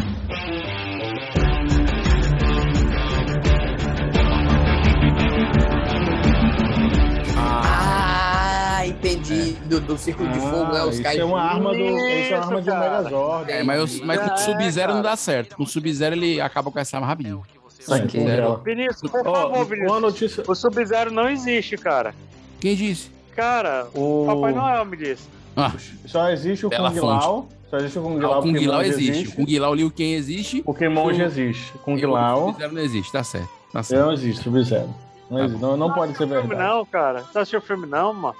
Speaker 8: Ah, entendi. Do, do
Speaker 2: Tipo
Speaker 8: círculo de
Speaker 2: né?
Speaker 8: fogo, é os
Speaker 7: É. isso
Speaker 8: caras.
Speaker 7: é uma arma do- isso é uma arma de um
Speaker 8: Isso, cara.
Speaker 7: Megazord.
Speaker 2: É, mas, eu- mas com o Sub-Zero não dá certo. Com o Sub-Zero ele acaba com essa arma rapidinho.
Speaker 7: Saquei.
Speaker 2: Sub-Zero.
Speaker 4: Vinícius, por favor, Vinícius. O Sub-Zero não existe, cara.
Speaker 2: Quem disse?
Speaker 4: Cara, o Papai Noel me disse.
Speaker 2: Ah,
Speaker 7: Só existe o
Speaker 2: Bela
Speaker 7: Kung
Speaker 2: fonte.
Speaker 7: Lao. Só existe o Kung
Speaker 2: Ah,
Speaker 7: Lao.
Speaker 2: o Kung
Speaker 7: porque
Speaker 2: Lao
Speaker 7: Monge
Speaker 2: existe. O Kung Lao Liu Kang existe.
Speaker 7: Pokémon já existe. Kung Lao-
Speaker 2: O Sub-Zero não existe, tá certo. Tá certo.
Speaker 7: Não existe, Sub-Zero. Não,
Speaker 2: Tá
Speaker 7: existe, não, não pode ser
Speaker 4: Filme
Speaker 7: verdade.
Speaker 4: não, cara. Você não assistiu o filme não, mano?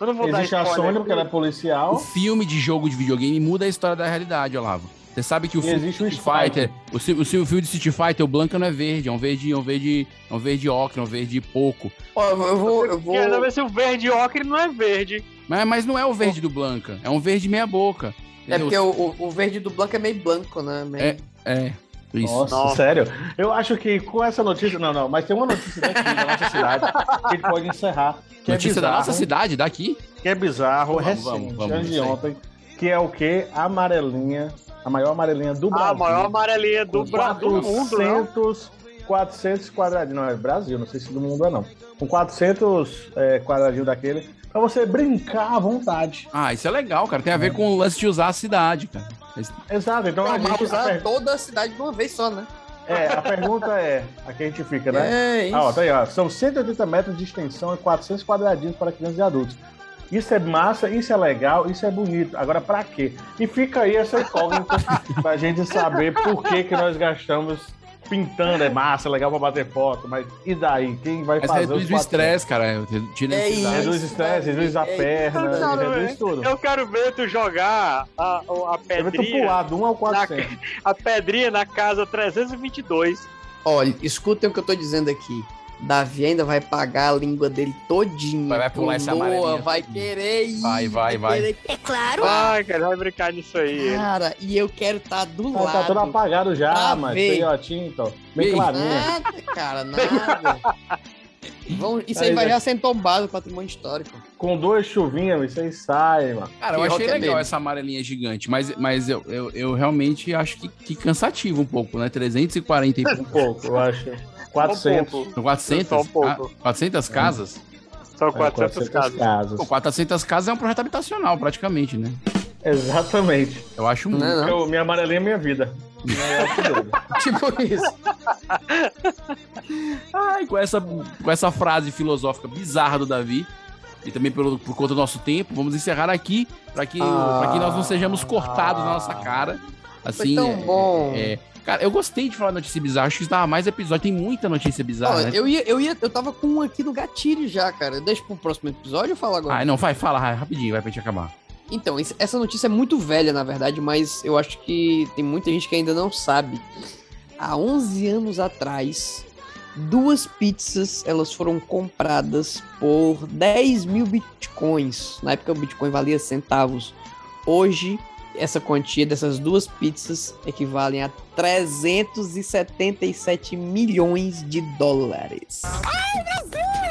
Speaker 4: Eu não vou
Speaker 7: Existe
Speaker 4: dar
Speaker 7: a
Speaker 4: spoiler
Speaker 7: Sony
Speaker 4: aqui.
Speaker 7: porque ela é policial.
Speaker 2: O filme de jogo de videogame muda a história da realidade, Olavo. Você sabe que o
Speaker 7: E
Speaker 2: filme
Speaker 7: existe um
Speaker 2: de
Speaker 7: o
Speaker 2: Street Fighter, o, si- o, si- o filme de Street Fighter, o Blanca não é verde, é um verde, é um verde, é um verde ocre, é um verde pouco.
Speaker 8: Ó, eu vou. Eu vou... é
Speaker 4: Quero ver se o verde ocre não é verde.
Speaker 2: Mas, mas não é o verde do Blanca, é um verde meia boca.
Speaker 8: É
Speaker 2: entendeu?
Speaker 8: porque o, o- o verde do Blanco é meio branco, né? Meio-
Speaker 2: É, é. Isso.
Speaker 7: Nossa, sério? Eu acho que com essa notícia. Não, não, mas tem uma notícia daqui da nossa cidade que a gente pode encerrar. Que é
Speaker 2: Notícia da nossa cidade, daqui?
Speaker 7: Que é bizarro,
Speaker 2: Vamos,
Speaker 7: recente,
Speaker 2: vamos, vamos,
Speaker 7: antes de
Speaker 2: isso aí.
Speaker 7: ontem. Que é o quê? A amarelinha. A maior amarelinha do Brasil.
Speaker 4: Ah, A maior amarelinha do,
Speaker 7: Com
Speaker 4: Bra- do mundo, né?
Speaker 7: 400, 400 quadradinhos. Não, é Brasil, não sei se do mundo é não. Com 400 é, quadradinhos daquele, pra você brincar à vontade.
Speaker 2: Ah, isso é legal, cara. Tem a ver com o lance de usar a cidade, cara. Mas-
Speaker 7: Exato, então a
Speaker 8: Não, mas
Speaker 7: gente. A,
Speaker 4: é
Speaker 8: usar
Speaker 7: per-
Speaker 8: toda a cidade de uma vez só, né?
Speaker 7: é, a pergunta é: aqui a gente fica,
Speaker 8: É,
Speaker 7: né?
Speaker 8: isso.
Speaker 7: Ah, ó, tá aí, ó. São 180 metros de extensão e 400 quadradinhos para crianças e adultos. Isso é massa, isso é legal, isso é bonito. Agora, pra quê? E fica aí essa incógnita pra gente saber por que, que nós gastamos pintando. É massa, é legal pra bater foto, mas e daí? Quem vai
Speaker 2: Mas
Speaker 7: fazer
Speaker 2: reduz
Speaker 7: os
Speaker 2: o
Speaker 7: 400?
Speaker 2: estresse, cara. Eu te- Tira a
Speaker 8: É
Speaker 2: ansiedade.
Speaker 7: Reduz o estresse, reduz a perna,
Speaker 4: É Não, não, é.
Speaker 7: reduz tudo.
Speaker 4: Eu quero ver tu jogar a, a
Speaker 7: Deve ter
Speaker 4: pedrinha.
Speaker 7: pulado um ao
Speaker 4: na,
Speaker 7: 400.
Speaker 4: a pedrinha na casa 322.
Speaker 8: Olha, escutem o que eu tô dizendo aqui. Davi ainda vai pagar a língua dele todinha.
Speaker 2: Vai- vai pular essa
Speaker 8: Noah
Speaker 2: amarelinha.
Speaker 8: vai querer ir.
Speaker 2: Vai, vai, vai.
Speaker 8: querer- É claro. Ah.
Speaker 4: Ai, cara, vai brincar nisso aí.
Speaker 8: Cara, e eu quero estar do
Speaker 7: Tá,
Speaker 8: lado.
Speaker 7: tá todo apagado já,
Speaker 8: Pra
Speaker 7: mas
Speaker 8: ver.
Speaker 7: peiotinho, então. Bem
Speaker 2: Bem.
Speaker 4: Ah.
Speaker 7: clarinho.
Speaker 8: Nada, cara, nada. Vão- isso aí
Speaker 7: Aí,
Speaker 8: vai
Speaker 7: né?
Speaker 8: já sendo tombado patrimônio histórico.
Speaker 7: Com duas chuvinhas, isso aí sai, mano.
Speaker 2: Cara, eu
Speaker 8: Que
Speaker 2: achei
Speaker 8: rock é
Speaker 2: legal
Speaker 8: baby.
Speaker 2: essa amarelinha gigante, mas, mas eu, eu, eu realmente acho que, que cansativo um pouco, né? 340 e
Speaker 7: Um
Speaker 2: pouco.
Speaker 7: pouco, eu acho. 400. Tá
Speaker 4: pouco.
Speaker 2: São
Speaker 4: Só
Speaker 2: 400,
Speaker 4: um pouco.
Speaker 2: ca- 400 casas?
Speaker 4: São
Speaker 7: É,
Speaker 4: 400 casas.
Speaker 2: Pô, 400 casas é um projeto habitacional, praticamente, né?
Speaker 7: Exatamente.
Speaker 2: Eu acho muito.
Speaker 8: Não, não.
Speaker 7: Eu, minha amarelinha é minha é vida.
Speaker 8: Tipo isso.
Speaker 2: Ai, com essa, com essa frase filosófica bizarra do Davi, e também pelo, por conta do nosso tempo, vamos encerrar aqui, para que,
Speaker 8: Ah.
Speaker 2: pra que nós não sejamos cortados na nossa cara. Assim,
Speaker 8: tão
Speaker 2: é-
Speaker 8: bom.
Speaker 2: é- cara, eu gostei de falar notícia bizarra, acho que isso dava mais episódio, tem muita notícia bizarra,
Speaker 8: Ó,
Speaker 2: né?
Speaker 8: eu, ia, eu, ia, eu tava com um aqui no gatilho já, cara. Deixa pro próximo episódio ou falo agora?
Speaker 2: Ai, não, vai, fala vai, rapidinho, vai pra gente acabar.
Speaker 8: Então, esse- essa notícia é muito velha, na verdade, mas eu acho que tem muita gente que ainda não sabe. Há 11 anos atrás, duas pizzas elas foram compradas por 10 mil bitcoins. Na época o bitcoin valia centavos. Hoje, essa quantia dessas duas pizzas equivalem a 377 milhões de dólares.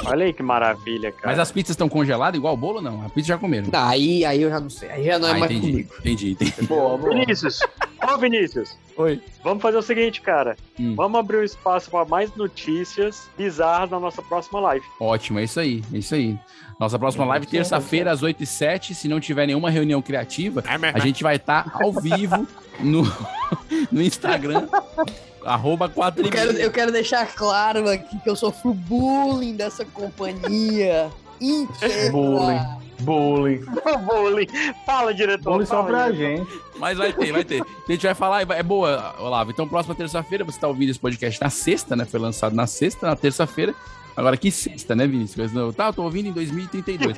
Speaker 4: Olha aí que maravilha, cara.
Speaker 2: Mas as pizzas estão congeladas igual o bolo, não? A pizza já comeram.
Speaker 8: Tá, Aí, aí eu já não sei, aí já não é
Speaker 2: Ah,
Speaker 8: mais
Speaker 2: entendi,
Speaker 8: comigo.
Speaker 2: entendi, entendi.
Speaker 7: Boa, boa.
Speaker 4: Vinícius, ô Vinícius,
Speaker 2: Oi.
Speaker 4: vamos fazer o seguinte, cara.
Speaker 2: Hum.
Speaker 4: Vamos abrir um espaço para mais notícias bizarras na nossa próxima live.
Speaker 2: Ótimo, é isso aí, é isso aí. Nossa próxima live, terça-feira, às 8 e 7 Se não tiver nenhuma reunião criativa, a gente vai estar ao vivo no, no Instagram, arroba 4
Speaker 8: Eu quero, eu quero deixar claro aqui que eu sofro bullying dessa companhia inteira.
Speaker 7: Bullying. Bullying.
Speaker 4: Bullying. Fala, diretor.
Speaker 7: Bullying só
Speaker 4: fala,
Speaker 7: pra
Speaker 4: diretor.
Speaker 7: gente.
Speaker 2: Mas vai ter, vai ter. A gente vai falar, e vai- é boa, Olavo. Então, próxima terça-feira, você tá ouvindo esse podcast na sexta, né? Foi lançado na sexta, na terça-feira. Agora, que sexta, né, Vinícius? Eu, tá, eu tô ouvindo em 2032.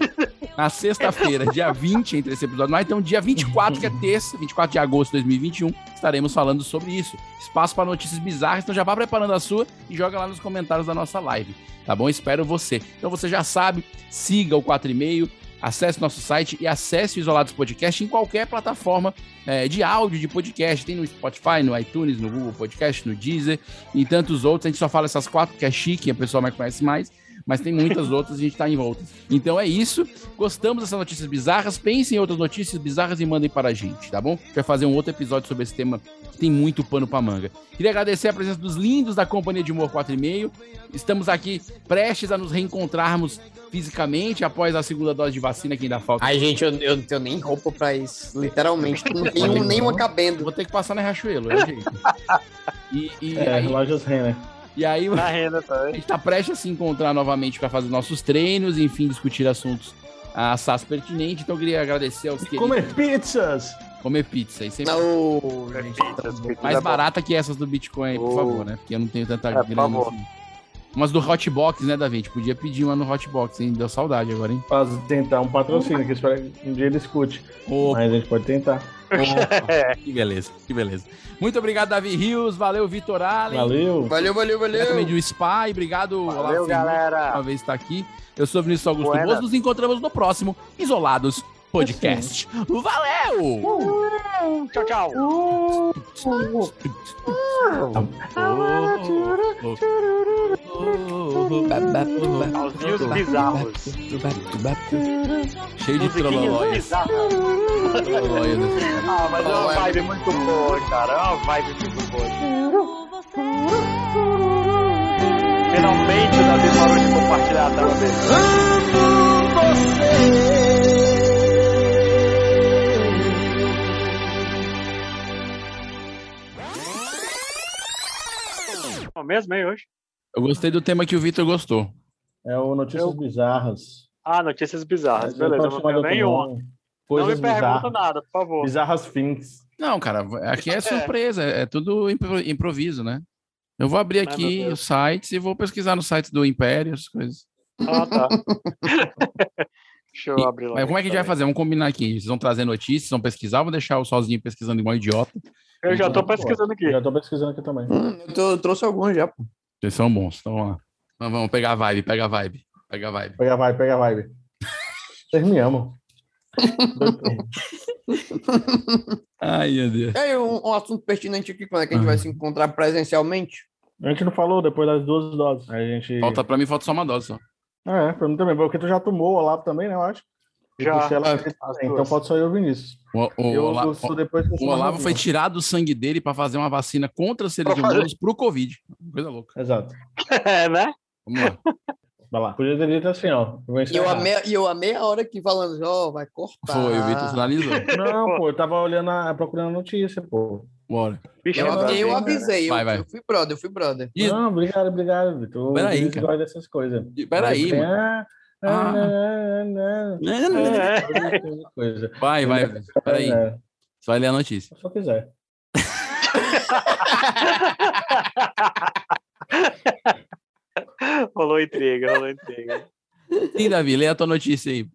Speaker 2: Na sexta-feira, dia 20, entre esse episódio, mas então dia 24, que é terça, 24 de agosto de 2021, estaremos falando sobre isso. Espaço para notícias bizarras, então já vá preparando a sua e joga lá nos comentários da nossa live, tá bom? Espero você. Então você já sabe, siga o 4 e meio, acesse nosso site e acesse o Isolados Podcast em qualquer plataforma eh, de áudio de podcast. Tem no Spotify, no iTunes, no Google Podcast, no Deezer e tantos outros. A gente só fala essas quatro que é chique, a pessoa mais conhece mais. mas tem muitas outras e a gente está em volta. Então é isso. Gostamos dessas notícias bizarras. Pensem em outras notícias bizarras e mandem para a gente, tá bom? A gente vai fazer um outro episódio sobre esse tema que tem muito pano para manga. Queria agradecer a presença dos lindos da Companhia de Humor 4,5. Estamos aqui prestes a nos reencontrarmos fisicamente após a segunda dose de vacina que ainda falta.
Speaker 8: Ai, gente, eu, eu não tenho nem roupa pra isso. Literalmente, não tenho
Speaker 2: Olha,
Speaker 8: nenhuma
Speaker 2: não.
Speaker 8: cabendo.
Speaker 2: Vou ter que passar na Riachuelo, é o jeito. E, e
Speaker 7: É,
Speaker 2: aí,
Speaker 7: lojas Renner.
Speaker 2: e aí
Speaker 4: Na renda
Speaker 2: a
Speaker 4: também.
Speaker 2: gente tá prestes a se encontrar novamente para fazer nossos treinos, enfim, discutir assuntos assaz pertinentes. Então eu queria agradecer aos queridos.
Speaker 7: Comer pizzas!
Speaker 2: Comer pizza. E sempre
Speaker 8: Não,
Speaker 2: mais barata que essas do Bitcoin, por favor, né? Porque eu não tenho tanta
Speaker 4: tá É, por
Speaker 2: grana.
Speaker 4: favor.
Speaker 2: Assim. Umas do Hotbox, né, Davi? A gente podia pedir uma no Hotbox, hein? Deu saudade agora, hein?
Speaker 7: Faz- tentar um patrocínio, que espero que um dia ele escute.
Speaker 2: Ô,
Speaker 7: Mas a gente pode tentar.
Speaker 2: ô, que beleza, que beleza. Muito obrigado, Davi Rios. Valeu, Vitor Allen.
Speaker 7: Valeu!
Speaker 8: Valeu, valeu,
Speaker 2: Obrigado também
Speaker 8: valeu.
Speaker 2: do Spa e obrigado,
Speaker 4: Valeu,
Speaker 2: Olavo Senhor,
Speaker 4: galera.
Speaker 2: por uma vez estar aqui. Eu sou o Vinícius Augusto
Speaker 4: Buenas.
Speaker 2: Boas, nos encontramos no próximo Isolados Podcast. Valeu! né?
Speaker 4: Tchau, tchau. Aos rios bizarros.
Speaker 2: Cheio de
Speaker 4: Musiquinhas
Speaker 2: trololóias.
Speaker 4: bizarras.
Speaker 2: Trololóias.
Speaker 4: Ah, mas é uma vibe muito boa, cara. É uma vibe muito boa. Finalmente o Davi parou de compartilhar a tela dele. Bom, mesmo, hein, hoje?
Speaker 2: Eu gostei do tema que o Vitor gostou.
Speaker 7: É o Notícias
Speaker 4: Eu-
Speaker 7: Bizarras.
Speaker 4: Ah, notícias bizarras.
Speaker 7: Mas
Speaker 4: Beleza,
Speaker 7: pode
Speaker 4: eu não
Speaker 7: chamar de
Speaker 4: tenho
Speaker 7: outro
Speaker 4: nenhuma.
Speaker 7: nome.
Speaker 4: Não me
Speaker 7: Coisas
Speaker 4: pergunta
Speaker 7: bizarras.
Speaker 4: nada, por favor.
Speaker 7: Bizarras Finks.
Speaker 2: Não, cara, aqui é surpresa, é tudo impro- improviso, né? Eu vou abrir
Speaker 4: meu
Speaker 2: aqui
Speaker 4: Deus.
Speaker 2: os sites e vou pesquisar no site do Império, as coisas.
Speaker 4: Ah, tá. Deixa eu abrir lá.
Speaker 2: Mas como é que a gente vai fazer? Vamos combinar aqui. Vocês vão trazer notícias, vocês vão pesquisar, vou deixar eu sozinho pesquisando igual um idiota.
Speaker 4: Eu já tô pesquisando aqui.
Speaker 7: Já tô pesquisando aqui também.
Speaker 4: Hum.
Speaker 8: Eu, tô- eu trouxe alguns já, pô.
Speaker 2: Vocês são bons, então vamos lá. Vamos, vamos pegar a vibe, pega a vibe, pega a vibe.
Speaker 7: Pega a vibe, pega a vibe. Vocês me amam.
Speaker 2: Ai, meu Deus.
Speaker 8: Tem um, um assunto pertinente aqui, quando é que a gente vai se encontrar presencialmente?
Speaker 7: A gente não falou depois das duas doses. A gente.
Speaker 2: Falta pra mim, falta só uma dose só.
Speaker 7: Ah, é, pra mim também. Porque tu já tomou o Olavo também, né? Eu acho.
Speaker 4: Já.
Speaker 7: Você, ela-
Speaker 4: As
Speaker 7: Então
Speaker 4: duas.
Speaker 7: falta só eu e o Vinícius.
Speaker 2: O, Ah, o,
Speaker 7: eu
Speaker 2: Ola- o-
Speaker 7: sou depois que eu
Speaker 2: o
Speaker 7: sou mais
Speaker 2: Olavo
Speaker 7: novinho.
Speaker 2: foi tirado o sangue dele pra fazer uma vacina contra os seres humanos pro Covid. Coisa louca.
Speaker 7: Exato.
Speaker 4: É, né?
Speaker 2: Vamos lá.
Speaker 7: Vai lá. Podia ter dito assim, ó. Eu vou
Speaker 8: E eu,
Speaker 7: encerrar.
Speaker 8: amei, e eu amei a hora que falando, ó, vai cortar.
Speaker 2: Foi, o Vitor finalizou.
Speaker 7: Não, pô, eu tava olhando, a- procurando a notícia, pô.
Speaker 2: Bora.
Speaker 4: Bicho,
Speaker 8: Eu,
Speaker 4: é
Speaker 8: eu
Speaker 4: brasileiro, né?
Speaker 8: avisei, eu,
Speaker 2: Vai, vai.
Speaker 8: eu fui brother, eu fui brother.
Speaker 2: Isso.
Speaker 7: Não, obrigado, obrigado, Vitor. O
Speaker 2: Peraí,
Speaker 7: Vinícius
Speaker 2: cara.
Speaker 7: gosta dessas coisas.
Speaker 2: E- Peraí, mano.
Speaker 7: Ah, ah,
Speaker 2: Ah.
Speaker 7: ah, ah,
Speaker 4: É.
Speaker 7: ah, coisa.
Speaker 2: Vai, vai. Vitor. Peraí.
Speaker 7: É,
Speaker 2: Só ler a notícia.
Speaker 7: se eu quiser.
Speaker 4: Rolou intriga, rolou intriga.
Speaker 2: Sim, Davi, lê a tua notícia aí.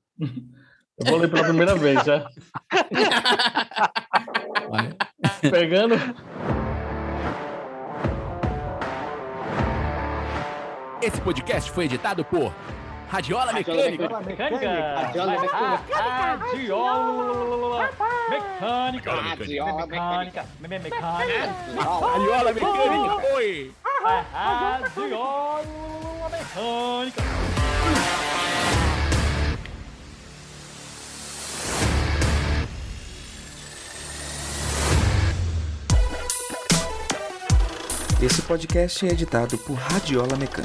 Speaker 7: Eu vou ler pela primeira vez, né? já.
Speaker 2: Vai.
Speaker 7: Pegando.
Speaker 2: Esse podcast foi editado por Radiola Mecânica. Radiola Mecânica. Oi.
Speaker 6: Esse podcast é editado por Radiola Mecânica.